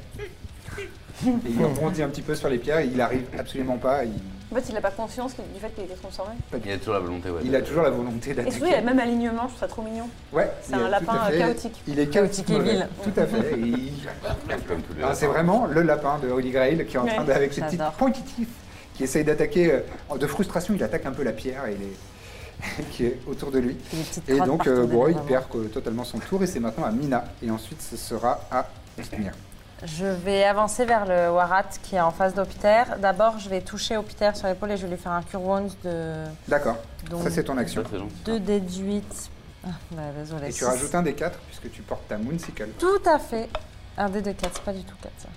Speaker 2: Et il rebondit un petit peu sur les pierres, il arrive absolument pas. Il,
Speaker 11: En fait, il n'a pas conscience qu'il- du fait qu'il était transformé.
Speaker 7: Il a toujours la volonté, ouais.
Speaker 2: il a toujours la volonté
Speaker 11: Et surtout, il a
Speaker 2: d'attaquer.
Speaker 11: le même alignement, je trouve ça trop mignon.
Speaker 2: Ouais,
Speaker 11: C'est
Speaker 2: il
Speaker 11: un
Speaker 2: est-
Speaker 11: lapin,
Speaker 2: tout à fait.
Speaker 11: euh, chaotique.
Speaker 2: Il est chaotique
Speaker 11: Chaotique et
Speaker 2: mauvais.
Speaker 11: vil.
Speaker 2: Tout à fait. Et
Speaker 11: [LAUGHS]
Speaker 2: il-
Speaker 7: Comme tous les
Speaker 2: Ah, c'est
Speaker 7: lapins.
Speaker 2: vraiment le lapin de Holy Grail qui est en
Speaker 11: Ouais.
Speaker 2: train de, avec ses petites
Speaker 11: J'adore.
Speaker 2: pointes qui essaye d'attaquer. euh, de frustration, il attaque un peu la pierre et les- [LAUGHS] qui est autour de lui. Et
Speaker 6: crottes
Speaker 2: donc,
Speaker 6: partout
Speaker 2: euh,
Speaker 6: d'elle,
Speaker 2: bon, il
Speaker 6: vraiment.
Speaker 2: perd euh, totalement son tour et c'est maintenant à Mina. Et ensuite, ce sera à Esmir.
Speaker 6: Je vais avancer vers le Warat qui est en face d'Opiter. D'abord, je vais toucher Opiter sur l'épaule et je vais lui faire un Cure Wounds de
Speaker 2: D'accord.
Speaker 6: Donc,
Speaker 2: ça, c'est ton action.
Speaker 7: Pas très gentil.
Speaker 6: 2 déduites. Ah, bah, désolé.
Speaker 2: Et tu
Speaker 6: six.
Speaker 2: rajoutes un des quatre puisque tu portes ta Moonsicle.
Speaker 6: Tout à fait. Un dé de 4, c'est pas du tout 4 ça.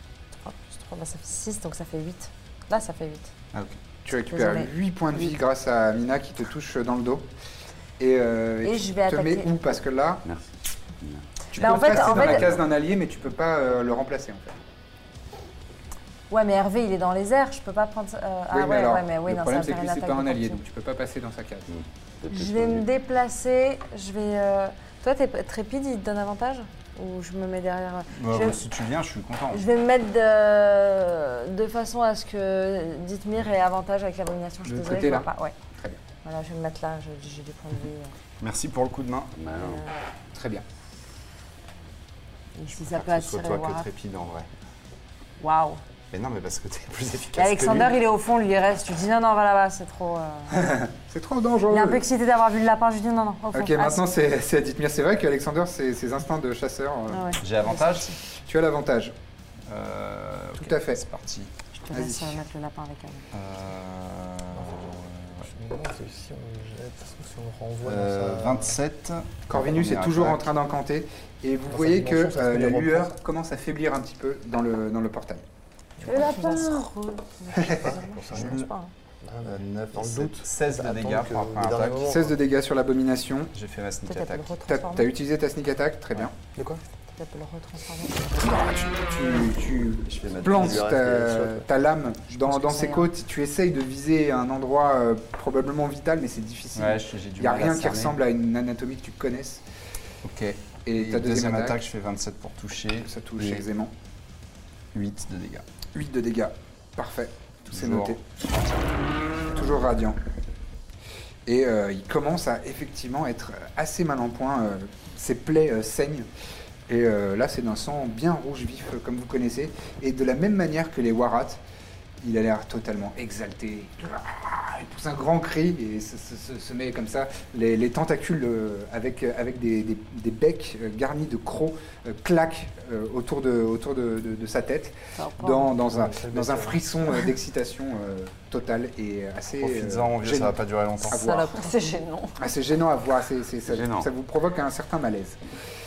Speaker 6: 3 plus 3, bah, ça fait 6, donc ça fait 8. Là, ça fait 8.
Speaker 8: Ah, ok.
Speaker 2: Tu récupères
Speaker 6: Désolée.
Speaker 2: 8 points de vie grâce à Mina qui te touche dans le dos. Et, euh,
Speaker 6: Et
Speaker 2: tu
Speaker 6: je vais
Speaker 2: te
Speaker 6: attaquer.
Speaker 2: mets où Parce que là,
Speaker 7: Merci.
Speaker 2: tu
Speaker 6: Bah,
Speaker 2: peux
Speaker 6: en fait-
Speaker 2: passer
Speaker 6: en
Speaker 2: dans la
Speaker 6: fait-
Speaker 2: case d'un allié, mais tu peux pas euh, le remplacer en fait.
Speaker 6: Ouais, mais Hervé, il est dans les airs, je peux pas prendre. ça- euh, ah
Speaker 2: Oui,
Speaker 6: ouais,
Speaker 2: mais alors,
Speaker 6: ouais, mais oui,
Speaker 2: le
Speaker 6: non,
Speaker 2: problème
Speaker 6: ça
Speaker 2: c'est
Speaker 6: va
Speaker 2: que lui
Speaker 6: faire une
Speaker 2: c'est
Speaker 6: attaque
Speaker 2: pas un
Speaker 6: de
Speaker 2: allié,
Speaker 6: fortune.
Speaker 2: donc tu peux pas passer dans sa case.
Speaker 6: Je vais me déplacer, je vais. euh, Toi, t'es trépide, il te donne avantage Ou je me mets derrière. euh,
Speaker 8: Bah,
Speaker 6: je, vais...
Speaker 8: bah, si tu viens, je suis content.
Speaker 6: je vais me mettre de, de façon à ce que Dithmir ait avantage avec l'abomination. Je suis
Speaker 8: De
Speaker 6: désolée,
Speaker 8: côté,
Speaker 6: je vois
Speaker 8: là
Speaker 6: pas. Ouais.
Speaker 2: Très bien.
Speaker 6: Voilà, je vais me mettre là, je- j'ai des points de vie. euh.
Speaker 8: Merci pour le coup de main.
Speaker 2: Très bien.
Speaker 6: Et si ça peut
Speaker 8: Que ce soit
Speaker 6: attirer
Speaker 8: toi que
Speaker 6: Warhap.
Speaker 8: trépide en vrai.
Speaker 6: Waouh.
Speaker 8: Mais non, mais parce que t'es plus
Speaker 6: Et
Speaker 8: efficace.
Speaker 6: Alexander,
Speaker 8: que lui.
Speaker 6: il est au fond, lui, il reste. Tu dis non, non, va là-bas, c'est trop. euh.
Speaker 2: C'est trop dangereux.
Speaker 6: Il est un peu excité d'avoir vu le lapin, je lui dis non, non, au fond.
Speaker 2: Ok,
Speaker 6: Ah,
Speaker 2: maintenant
Speaker 6: si.
Speaker 2: c'est c'est à Dithmir. C'est vrai qu'Alexander, ses, ses instincts de chasseur. euh,
Speaker 6: Ah ouais.
Speaker 8: J'ai avantage
Speaker 2: Tu as l'avantage.
Speaker 8: Euh, ok,
Speaker 2: Tout à fait.
Speaker 8: C'est parti.
Speaker 6: Je te laisse euh, mettre le lapin avec elle.
Speaker 8: Euh,
Speaker 3: Je me demande si on jette ou si on renvoie
Speaker 8: euh,
Speaker 3: dans sa...
Speaker 8: 27.
Speaker 2: Corvinus est
Speaker 8: Première
Speaker 2: toujours en
Speaker 8: attaque.
Speaker 2: train d'encanter et vous
Speaker 3: sa
Speaker 2: voyez que
Speaker 3: dimension, ça se
Speaker 2: euh,
Speaker 3: fait
Speaker 2: la
Speaker 3: les
Speaker 2: lueur
Speaker 3: reprendre.
Speaker 2: commence à faiblir un petit peu dans le, dans le portail.
Speaker 6: Le lapin
Speaker 2: [LAUGHS]
Speaker 6: Je pense pas. hein.
Speaker 8: Euh, 9,
Speaker 3: Dans le
Speaker 8: 7,
Speaker 3: doute,
Speaker 8: 16 de
Speaker 3: attends
Speaker 8: dégâts
Speaker 3: que
Speaker 8: pour
Speaker 3: le
Speaker 8: la première
Speaker 3: dernier
Speaker 8: attaque.
Speaker 3: moment.
Speaker 2: 16 de dégâts sur l'abomination.
Speaker 8: J'ai fait ma sneak
Speaker 6: Peut-être
Speaker 8: attack.
Speaker 6: qu'elle peut le
Speaker 2: T'as t'as
Speaker 6: retransformer.
Speaker 2: utilisé ta sneak attack, très bien.
Speaker 3: De quoi
Speaker 6: Peut-être le retransformer.
Speaker 2: Tu,
Speaker 8: Je fais ma
Speaker 2: tu plantes
Speaker 8: deuxième
Speaker 2: ta,
Speaker 8: attaque.
Speaker 2: ta lame
Speaker 6: pense
Speaker 2: dans,
Speaker 6: que
Speaker 2: dans
Speaker 6: ça
Speaker 2: ses
Speaker 6: ira.
Speaker 2: côtes. Tu essayes de viser un endroit euh, probablement vital, mais c'est difficile.
Speaker 8: Ouais, je- j'ai du
Speaker 2: Il n'y a
Speaker 8: mal à
Speaker 2: rien qui
Speaker 8: cerner.
Speaker 2: ressemble à une anatomie que tu connaisses.
Speaker 8: Ok.
Speaker 2: Et ta deuxième attaque.
Speaker 8: attaque, je fais 27 pour toucher.
Speaker 2: Ça touche
Speaker 8: Et
Speaker 2: aisément.
Speaker 8: 8 de dégâts.
Speaker 2: 8 de dégâts. Parfait. Tout c'est
Speaker 8: Toujours.
Speaker 2: noté. Toujours radiant. Et euh, il commence à effectivement être assez mal en point. euh, ses plaies euh, saignent. Et euh, là, c'est d'un sang bien rouge vif, euh, comme vous connaissez. Et de la même manière que les warats, Il a l'air totalement exalté. Il pousse un grand cri et se, se- se- se met comme ça. Les, les tentacules euh, avec, avec des, des- des becs euh, garnis de crocs euh, claquent euh, autour, de, autour de, de- de sa tête dans, dans un, dans un frisson [LAUGHS] euh, d'excitation euh, totale et assez.
Speaker 8: Profites-en,
Speaker 2: euh,
Speaker 8: mon vieux, ça
Speaker 2: gênant
Speaker 8: va pas durer longtemps.
Speaker 2: à voir.
Speaker 11: C'est gênant.
Speaker 2: Ah, c'est gênant à voir, c'est- c'est- ça,
Speaker 8: gênant.
Speaker 2: ça vous provoque un certain malaise.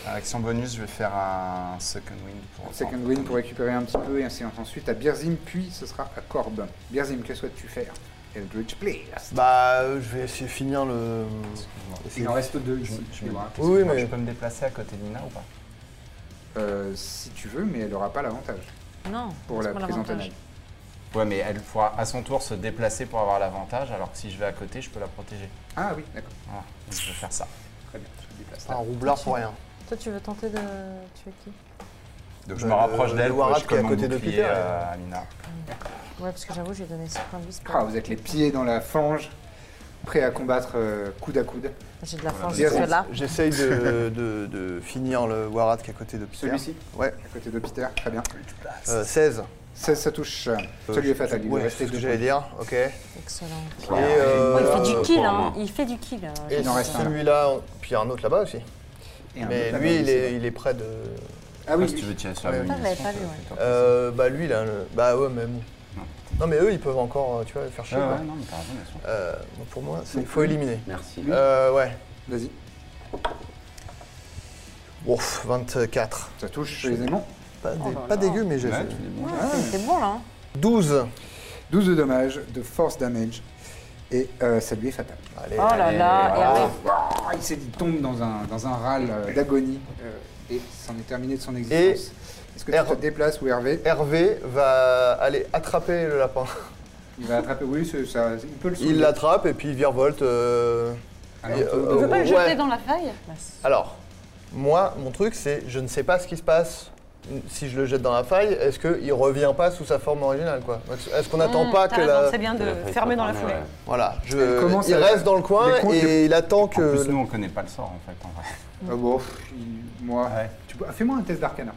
Speaker 8: À Action bonus, je vais faire un second wind pour.
Speaker 2: Second win pour récupérer un petit peu et ainsi ensuite à Birzim, puis ce sera à Corbe. Birzim, que souhaites-tu faire Eldritch Blast.
Speaker 3: Bah, euh, je vais essayer de finir le.
Speaker 2: Il en reste deux ici.
Speaker 8: Je me-
Speaker 2: Oui,
Speaker 3: Oui, oui,
Speaker 8: Moi, Je
Speaker 3: mais.
Speaker 8: peux me déplacer à côté de Nina ou pas
Speaker 2: Euh, si tu veux, mais elle n'aura pas l'avantage
Speaker 6: Non.
Speaker 2: pour la
Speaker 6: c'est pas l'avantage.
Speaker 2: présentation.
Speaker 8: Ouais, mais elle pourra à son tour se déplacer pour avoir l'avantage, alors que si je vais à côté, je peux la protéger.
Speaker 2: Ah oui, d'accord.
Speaker 8: Voilà, donc je vais faire ça.
Speaker 2: Très bien, je me déplace
Speaker 3: Un
Speaker 2: là.
Speaker 3: roublard pour rien.
Speaker 6: Toi, tu veux tenter de tuer qui
Speaker 8: Donc je me
Speaker 3: Bah,
Speaker 8: rapproche
Speaker 3: le-
Speaker 8: d'elle,
Speaker 3: le
Speaker 8: pour
Speaker 3: Warat
Speaker 8: je
Speaker 3: qui est à
Speaker 8: colle mon
Speaker 3: côté de
Speaker 8: bouclier
Speaker 3: Peter,
Speaker 8: euh, à Nina.
Speaker 6: Ouais, parce que j'avoue, j'ai donné 6 points de vie. c'est pas
Speaker 2: Ah,
Speaker 6: grave.
Speaker 2: vous êtes les pieds dans la fange, prêts à combattre euh, coude à coude.
Speaker 6: J'ai de la
Speaker 2: Voilà,
Speaker 6: force
Speaker 2: bien
Speaker 6: jusque
Speaker 2: sûr.
Speaker 6: là.
Speaker 3: J'essaye de, Euh, de- de finir le Warat qui est à côté de Peter.
Speaker 2: Celui-ci
Speaker 3: Ouais,
Speaker 2: À côté de Peter, très bien.
Speaker 3: euh, 16.
Speaker 2: 16, ça touche. Celui est fatal, il
Speaker 3: Euh, Ouais,
Speaker 2: doit
Speaker 3: c'est
Speaker 2: rester
Speaker 3: ce que
Speaker 2: deux
Speaker 3: j'allais
Speaker 2: points.
Speaker 3: dire, ok.
Speaker 6: Excellent.
Speaker 3: Et, euh,
Speaker 6: Oh, il fait
Speaker 3: euh,
Speaker 6: du kill,
Speaker 7: pour
Speaker 6: hein.
Speaker 7: moi.
Speaker 6: Il fait du kill. euh,
Speaker 3: Et
Speaker 2: Il en reste un, là.
Speaker 3: celui-là, on- puis il y a un autre là-bas aussi.
Speaker 2: Et un
Speaker 3: Mais
Speaker 2: autre
Speaker 3: lui,
Speaker 2: là-bas,
Speaker 3: il
Speaker 2: c'est
Speaker 3: est,
Speaker 2: bon.
Speaker 3: il est près de.
Speaker 2: Ah oui,
Speaker 8: si tu veux tirer sur la
Speaker 3: Ouais.
Speaker 6: Je l'avais
Speaker 8: munition,
Speaker 6: pas
Speaker 8: tu
Speaker 6: vu,
Speaker 8: peux-
Speaker 6: ouais.
Speaker 8: tu peux-
Speaker 3: Euh, bah lui, là, le- bah ouais, mais bon. Non, mais eux, ils peuvent encore, euh, tu vois, faire chier.
Speaker 7: Ah
Speaker 3: quoi.
Speaker 7: ouais, non, mais t'as raison, bien sûr.
Speaker 3: Euh, donc pour moi, c'est- il faut éliminer.
Speaker 7: Merci.
Speaker 3: Euh, ouais.
Speaker 2: Vas-y,
Speaker 3: Ouf, 24.
Speaker 2: ça touche les aimants.
Speaker 3: Pas,
Speaker 6: Oh
Speaker 3: dé- pas dégueu, mais j'ai
Speaker 7: Ouais,
Speaker 3: fait.
Speaker 7: tu dis bon.
Speaker 2: Ah.
Speaker 6: C'est- C'est bon, là. hein.
Speaker 3: 12.
Speaker 2: 12 de dommages, de force damage, et euh, ça lui est fatal.
Speaker 3: Allez.
Speaker 6: Oh là là. et
Speaker 2: Ah,
Speaker 6: avec-
Speaker 2: il s'est dit, tombe dans un, dans un râle euh, d'agonie euh, et c'en est terminé de son existence. Est-ce que tu
Speaker 3: R-
Speaker 2: te déplaces ou Hervé
Speaker 3: Hervé va aller attraper le lapin.
Speaker 2: Il va attraper. Oui, ce- ça, il peut le sauver.
Speaker 3: Il l'attrape et puis il virevolte. euh,
Speaker 2: Alors,
Speaker 3: et,
Speaker 2: on peut-
Speaker 11: On veut pas le jeter
Speaker 3: ouais.
Speaker 11: dans la faille
Speaker 3: Alors, moi, mon truc, c'est je ne sais pas ce qui se passe si je le jette dans la faille. Est-ce qu'il revient pas sous sa forme originale, quoi Donc, Est-ce qu'on
Speaker 6: Hmm,
Speaker 3: n'attend
Speaker 11: Mmh,
Speaker 3: pas
Speaker 11: t'as
Speaker 3: que
Speaker 11: raison,
Speaker 3: la.
Speaker 11: C'est bien
Speaker 7: Tu l'as
Speaker 11: de
Speaker 7: fait
Speaker 11: fermer dans la
Speaker 7: exprès,
Speaker 11: foulée.
Speaker 7: ouais.
Speaker 3: Voilà, je-
Speaker 2: Elle commence
Speaker 3: il
Speaker 2: à-
Speaker 3: reste dans le coin
Speaker 2: les comptes,
Speaker 3: et il attend
Speaker 7: En
Speaker 3: que.
Speaker 7: plus, nous, on connaît pas le sort, en fait. en vrai.
Speaker 3: euh,
Speaker 2: Ah bon,
Speaker 3: oh.
Speaker 2: pff, il- moi.
Speaker 7: Ouais.
Speaker 2: Tu peux- Fais-moi un test d'arcana.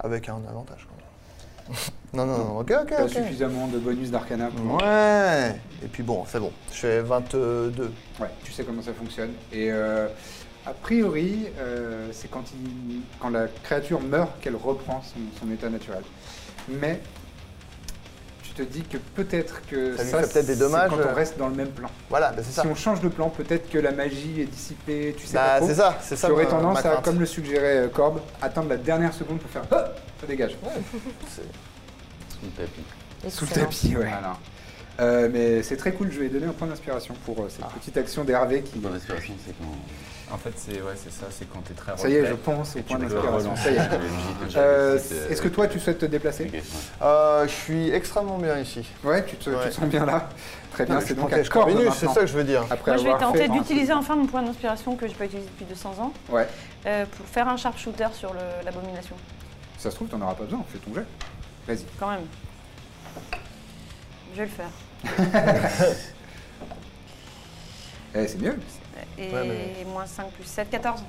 Speaker 3: Avec un avantage, quoi. [LAUGHS] non, non, non, ok, ok,
Speaker 2: T'as
Speaker 3: ok.
Speaker 2: suffisamment de bonus d'arcana pour.
Speaker 3: Ouais. Et puis bon, c'est bon. Je fais 22.
Speaker 2: Ouais, tu sais comment ça fonctionne. Et euh, a priori, euh, c'est quand, il- quand la créature meurt qu'elle reprend son, son état naturel. Mais tu te dis que peut-être que
Speaker 3: Ça lui
Speaker 2: ça,
Speaker 3: fait peut-être des
Speaker 2: c'est
Speaker 3: dommages,
Speaker 2: quand
Speaker 3: euh.
Speaker 2: on reste dans le même plan.
Speaker 3: Voilà, bah, c'est ça.
Speaker 2: Si on change de plan, peut-être que la magie est dissipée, tu sais pas
Speaker 3: Bah,
Speaker 2: trop.
Speaker 3: c'est ça, c'est ça.
Speaker 2: tu aurais
Speaker 3: ma-
Speaker 2: tendance
Speaker 3: ma
Speaker 2: à,
Speaker 3: crainte.
Speaker 2: comme le suggérait euh, Corbe, attendre la dernière seconde pour faire Ah ça dégage.
Speaker 7: Sous le tapis.
Speaker 2: Sous le
Speaker 6: excellent.
Speaker 2: tapis, ouais. Voilà. Euh, mais c'est très cool, je vais donner un point d'inspiration pour euh, cette petite action d'Hervé qui.
Speaker 7: Mon inspiration, c'est quand.
Speaker 8: En fait, c'est ouais, c'est ça, c'est quand t'es très
Speaker 2: Ça y est,
Speaker 8: roleplay.
Speaker 2: je pense au
Speaker 8: Et tu
Speaker 2: point
Speaker 8: peux
Speaker 2: d'inspiration.
Speaker 8: relancer.
Speaker 2: Ça y est. Euh, Est-ce que toi tu souhaites te déplacer
Speaker 3: Euh, je suis extrêmement bien ici.
Speaker 2: Ouais, tu te, tu te
Speaker 3: Ouais.
Speaker 2: sens bien là. Très bien,
Speaker 3: Je
Speaker 2: c'est donc à
Speaker 3: protège Corvinus,
Speaker 2: Corbe
Speaker 3: c'est
Speaker 2: maintenant.
Speaker 3: ça que je veux dire.
Speaker 2: Après
Speaker 11: Moi, je vais
Speaker 2: avoir
Speaker 11: tenter
Speaker 2: fait un-
Speaker 11: d'utiliser enfin mon point d'inspiration que j'ai pas utilisé depuis 200 ans
Speaker 2: Ouais,
Speaker 11: euh, pour faire un sharpshooter sur le- l'abomination.
Speaker 2: ça se trouve, t'en auras pas besoin, fais ton jet. Vas-y.
Speaker 11: Quand même. Je vais le faire.
Speaker 2: Eh, c'est mieux.
Speaker 11: Et
Speaker 3: Ouais, mais-
Speaker 11: moins 5 plus 7, 14.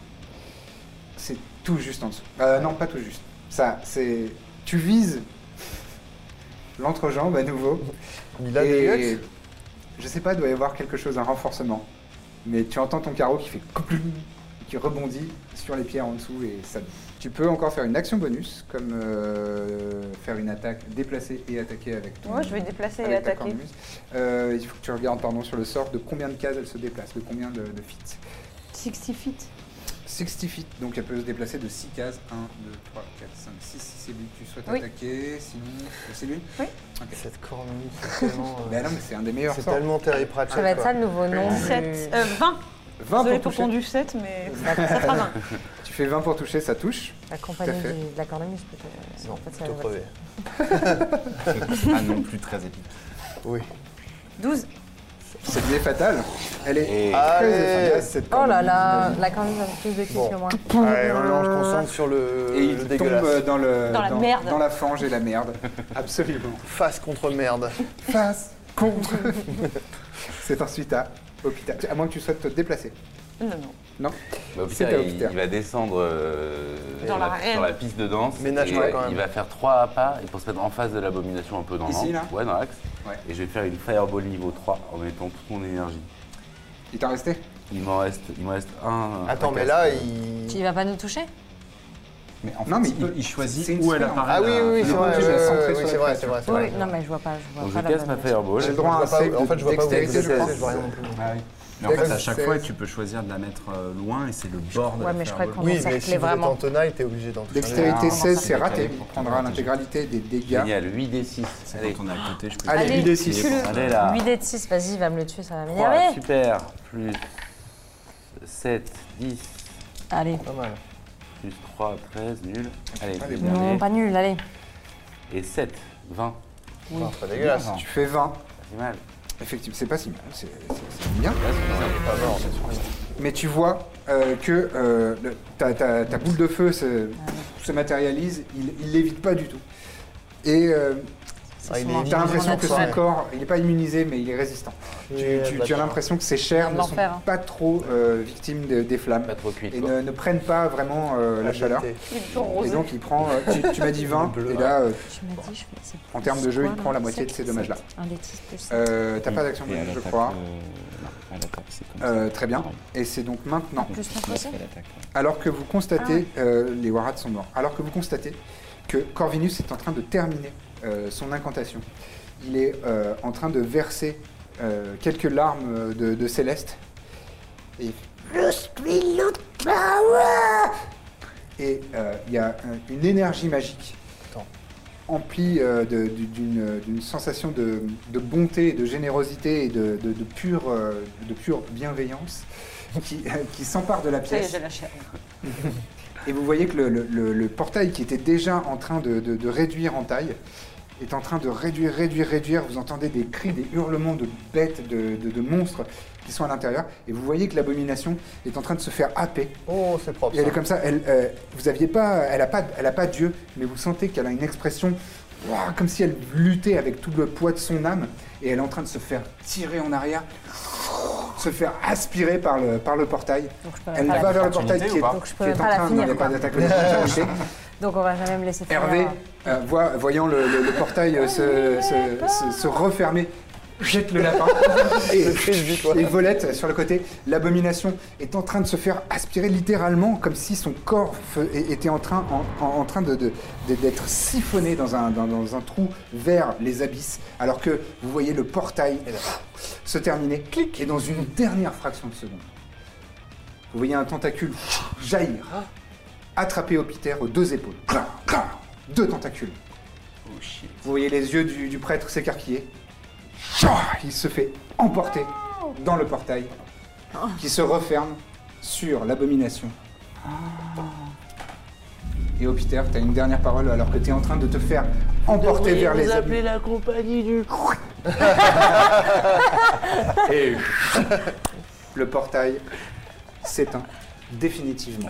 Speaker 2: C'est tout juste en dessous. Euh, non, pas tout juste. Ça, c'est. Tu vises l'entrejambe à nouveau.
Speaker 3: Il a des
Speaker 2: et
Speaker 3: guts.
Speaker 2: je sais pas, il doit y avoir quelque chose, un renforcement. Mais tu entends ton carreau qui fait cloum, qui rebondit sur les pierres en dessous et ça. Tu peux encore faire une action bonus, comme euh, faire une attaque, déplacer et attaquer avec ton.
Speaker 11: Moi, je vais déplacer et
Speaker 2: avec ta
Speaker 11: attaquer.
Speaker 2: cornemuse. Euh, il faut que tu regardes pardon, sur le sort de combien de cases elle se déplace, de combien de, de feet.
Speaker 11: 60 feet.
Speaker 2: 60 feet, donc elle peut se déplacer de 6 cases. 1, 2, 3, 4, 5, 6. Si c'est lui que tu souhaites
Speaker 11: Oui.
Speaker 2: attaquer, sinon. euh, C'est lui
Speaker 11: Oui.
Speaker 2: Ok.
Speaker 3: Cette cornemuse, c'est tellement.
Speaker 2: [LAUGHS]
Speaker 3: euh,
Speaker 2: Bah non, mais c'est un des meilleurs
Speaker 3: c'est
Speaker 2: sorts.
Speaker 3: tellement terrible.
Speaker 6: Ça va être ça le nouveau nom. du-
Speaker 11: 7, euh, 20.
Speaker 2: 20
Speaker 11: Désolée
Speaker 2: pour
Speaker 11: pour
Speaker 2: toucher.
Speaker 11: ton du 7, mais ça fera 20.
Speaker 2: Tu fais 20 pour toucher, ça touche.
Speaker 6: La compagnie
Speaker 2: Tout à fait.
Speaker 6: du- de la cornemuse, peut-être.
Speaker 3: Non,
Speaker 6: En fait, ça
Speaker 3: plutôt
Speaker 6: va-
Speaker 3: crevé.
Speaker 8: Ah non plus très épique.
Speaker 3: Oui.
Speaker 11: 12.
Speaker 2: C'est bien fatal. Elle est
Speaker 7: Et-
Speaker 2: très
Speaker 3: Allez.
Speaker 2: efficace cette
Speaker 6: Oh là
Speaker 2: cornemuse.
Speaker 6: là, la cornemuse a plus de kills
Speaker 3: Bon.
Speaker 6: que moi.
Speaker 3: Allez, maintenant, je concentre sur le,
Speaker 2: Et
Speaker 3: le
Speaker 2: il
Speaker 3: Euh, dégueulasse.
Speaker 2: tombe euh, dans, le,
Speaker 11: Dans la merde.
Speaker 2: dans la fange et la merde. Absolument. Ah,
Speaker 3: Face contre merde.
Speaker 2: Face contre. [LAUGHS] C'est ensuite à Hôpital. À moins que tu souhaites te déplacer.
Speaker 11: Non, non.
Speaker 2: Non
Speaker 7: Bah, au
Speaker 2: C'était
Speaker 7: pire,
Speaker 2: au
Speaker 7: il,
Speaker 2: pire.
Speaker 7: il va descendre euh,
Speaker 2: Dans la
Speaker 7: sur
Speaker 2: haine.
Speaker 7: la piste de danse.
Speaker 3: Mais nage
Speaker 7: et
Speaker 3: pas quand même.
Speaker 7: Il va faire trois pas et pour se mettre en face de l'abomination un peu dans
Speaker 2: Ici,
Speaker 7: l'angle.
Speaker 2: là
Speaker 7: Ouais, dans l'axe.
Speaker 2: Ouais.
Speaker 7: Et je vais faire une fireball niveau 3 en mettant toute mon énergie.
Speaker 2: Il t'en restait
Speaker 7: Il m'en reste, il m'en reste un.
Speaker 3: Attends,
Speaker 7: un
Speaker 3: mais
Speaker 7: casque.
Speaker 3: là, il.
Speaker 6: Tu vas pas nous toucher
Speaker 8: Mais en fait,
Speaker 2: Non, mais il
Speaker 8: il,
Speaker 2: peut-
Speaker 8: il choisit
Speaker 2: c'est une
Speaker 8: où elle
Speaker 2: sphère, hein.
Speaker 8: apparaît.
Speaker 3: Ah oui,
Speaker 8: la-
Speaker 3: oui, oui,
Speaker 8: la-
Speaker 3: c'est vrai,
Speaker 2: Je
Speaker 3: oui,
Speaker 2: vais
Speaker 3: oui,
Speaker 2: centrer
Speaker 3: oui,
Speaker 2: sur
Speaker 3: c'est
Speaker 2: la
Speaker 3: vrai,
Speaker 2: créature.
Speaker 3: c'est vrai, c'est
Speaker 6: Oui,
Speaker 3: vrai.
Speaker 6: non, mais je vois pas. Je vois
Speaker 7: Donc
Speaker 6: pas
Speaker 7: je
Speaker 6: la
Speaker 7: casse
Speaker 6: bonne
Speaker 7: ma
Speaker 6: version.
Speaker 7: fireball.
Speaker 2: J'ai le droit à un
Speaker 3: Je vois pas où-
Speaker 2: save
Speaker 3: en fait,
Speaker 2: de
Speaker 3: je vois pas où
Speaker 2: dextérité,
Speaker 3: c'est,
Speaker 2: je pense.
Speaker 3: je vois rien non plus.
Speaker 8: Ah oui.
Speaker 5: Mais en fait, à
Speaker 2: Seize.
Speaker 5: chaque fois, tu peux choisir de la mettre euh, loin et c'est le bord de la
Speaker 6: Ouais, mais je crois
Speaker 5: fireball.
Speaker 6: qu'on-
Speaker 3: Oui, mais
Speaker 6: encerclé
Speaker 3: si vous êtes
Speaker 6: vraiment.
Speaker 3: en tenaille, t'es obligé d'en toucher.
Speaker 2: Dextérité
Speaker 5: Ah,
Speaker 2: 16,
Speaker 5: c'est
Speaker 2: c'est raté.
Speaker 5: décalé pour
Speaker 2: On
Speaker 5: prendre
Speaker 2: prendra
Speaker 5: un petit
Speaker 2: l'intégralité des dégâts.
Speaker 7: Génial, 8 d 6.
Speaker 5: C'est
Speaker 7: Allez,
Speaker 5: quand on est à côté, je peux
Speaker 2: Allez,
Speaker 6: Allez,
Speaker 2: 8 des 6.
Speaker 6: tue-le.
Speaker 7: allez
Speaker 2: Ah.
Speaker 7: là.
Speaker 6: 8 d 6, vas-y, va me le tuer, ça va
Speaker 7: Trois,
Speaker 6: m'énerver.
Speaker 7: super. Plus 7, 10,
Speaker 6: Allez.
Speaker 3: Pas mal.
Speaker 7: plus 3, 13, nul. Allez,
Speaker 2: Allez,
Speaker 7: le
Speaker 2: bon.
Speaker 6: Non,
Speaker 7: dernier.
Speaker 6: pas nul, allez.
Speaker 7: Et 7, 20.
Speaker 3: Enfin, c'est pas dégueulasse.
Speaker 8: hein.
Speaker 2: Tu fais 20.
Speaker 7: C'est mal.
Speaker 2: Effectivement, c'est pas si mal. C'est c'est- c'est bien.
Speaker 7: Là, c'est mal.
Speaker 3: Pas mort.
Speaker 2: Mais tu vois euh, que euh, le- ta, ta- ta boule de feu se, se matérialise, il, il l'évite pas du tout. Et euh,
Speaker 3: Ah, il est
Speaker 2: t'as l'impression que son
Speaker 3: naturel.
Speaker 2: corps, il n'est pas immunisé, mais il est résistant. Tu,
Speaker 3: Et
Speaker 2: tu-
Speaker 3: bah,
Speaker 2: tu as l'impression que ses chairs
Speaker 6: Un
Speaker 2: ne sont
Speaker 6: enfer, hein.
Speaker 2: pas trop euh, victimes de- des flammes
Speaker 7: Pas trop cuite.
Speaker 2: et
Speaker 7: quoi.
Speaker 2: ne, ne prennent pas vraiment
Speaker 3: Bah,
Speaker 2: euh, la chaleur.
Speaker 3: adapté.
Speaker 11: Il est toujours
Speaker 2: Et
Speaker 11: rosé.
Speaker 2: donc il prend, euh, tu, tu m'as dit 20,
Speaker 3: Bleu,
Speaker 2: et là, euh,
Speaker 6: Tu m'as dit, je fais. c'est
Speaker 2: en termes de jeu,
Speaker 6: quoi,
Speaker 2: il
Speaker 6: là
Speaker 2: prend la moitié de
Speaker 6: Sept,
Speaker 2: ces dommages-là.
Speaker 6: sept. Un d 6 plus sept.
Speaker 2: Euh, T'as pas d'action
Speaker 5: Et à
Speaker 2: bonus, je
Speaker 5: l'attaque,
Speaker 2: crois.
Speaker 5: euh, non, à l'attaque, c'est comme ça.
Speaker 2: Euh, très bien. Et c'est donc maintenant.
Speaker 6: Plus ton procès
Speaker 5: Après l'attaque, ouais.
Speaker 2: Alors que vous constatez,
Speaker 11: Ah
Speaker 2: euh, les Warats sont morts, alors que vous constatez que Corvinus est en train de terminer euh, son incantation. Il est euh, en train de verser euh, quelques larmes de, de céleste. Et. Le Spirit Power Et euh, il y a un- une énergie magique
Speaker 3: Attends.
Speaker 2: emplie euh, de- du- d'une d'une sensation de, de bonté, de générosité et de, de- de pure, euh, de pure bienveillance qui, [LAUGHS] qui s'empare de la
Speaker 11: Ça y est,
Speaker 2: pièce.
Speaker 11: j'ai lâché.
Speaker 2: Et vous voyez que le, le- le- le portail qui était déjà en train de, de- de réduire en taille est en train de réduire, réduire, réduire. Vous entendez des cris, des hurlements de bêtes, de, de- de monstres qui sont à l'intérieur. Et vous voyez que l'abomination est en train de se faire happer.
Speaker 3: Oh, c'est propre.
Speaker 2: Et elle est
Speaker 3: ça.
Speaker 2: comme ça. Elle, euh, vous aviez pas, elle a pas, elle a pas Dieu, mais vous sentez qu'elle a une expression ouah, comme si elle luttait avec tout le poids de son âme. Et elle est en train de se faire tirer en arrière, se faire aspirer par le, par le portail.
Speaker 6: Donc je peux
Speaker 2: Elle
Speaker 6: même pas
Speaker 2: va
Speaker 6: la
Speaker 2: vers le
Speaker 6: finir.
Speaker 2: portail qui est,
Speaker 6: Donc, je
Speaker 2: qui
Speaker 6: peux
Speaker 2: est
Speaker 6: même
Speaker 2: en
Speaker 6: pas la
Speaker 2: train, non,
Speaker 6: finir,
Speaker 2: il n'y a pas
Speaker 6: quoi.
Speaker 2: d'attaque de
Speaker 6: [LAUGHS]
Speaker 2: toucher.
Speaker 6: Donc on va jamais me laisser faire.
Speaker 2: Hervé, euh, voit- voyant le, le- le portail euh, se, se- se- se refermer, jette le
Speaker 3: [LAUGHS]
Speaker 2: lapin et,
Speaker 3: vite, ouais.
Speaker 2: et volette sur le côté. L'abomination est en train de se faire aspirer littéralement comme si son corps fe- é- était en train, en, en- en train de, de- de- d'être siphonné dans un, dans- dans un trou vers les abysses, alors que vous voyez le portail eh ben, se terminer, clic, et dans une dernière fraction de seconde, vous voyez un tentacule jaillir, attraper Hopiter aux deux épaules. Clan, clan, deux tentacules.
Speaker 7: Oh shit.
Speaker 2: Vous voyez les yeux du, du prêtre s'écarquiller. Chouah Il se fait emporter dans le portail qui se referme sur l'abomination. Et Hopiter, t'as une dernière parole alors que t'es en train de te faire emporter vers les abysses.
Speaker 7: la compagnie du
Speaker 2: [LAUGHS] Et le portail s'éteint définitivement.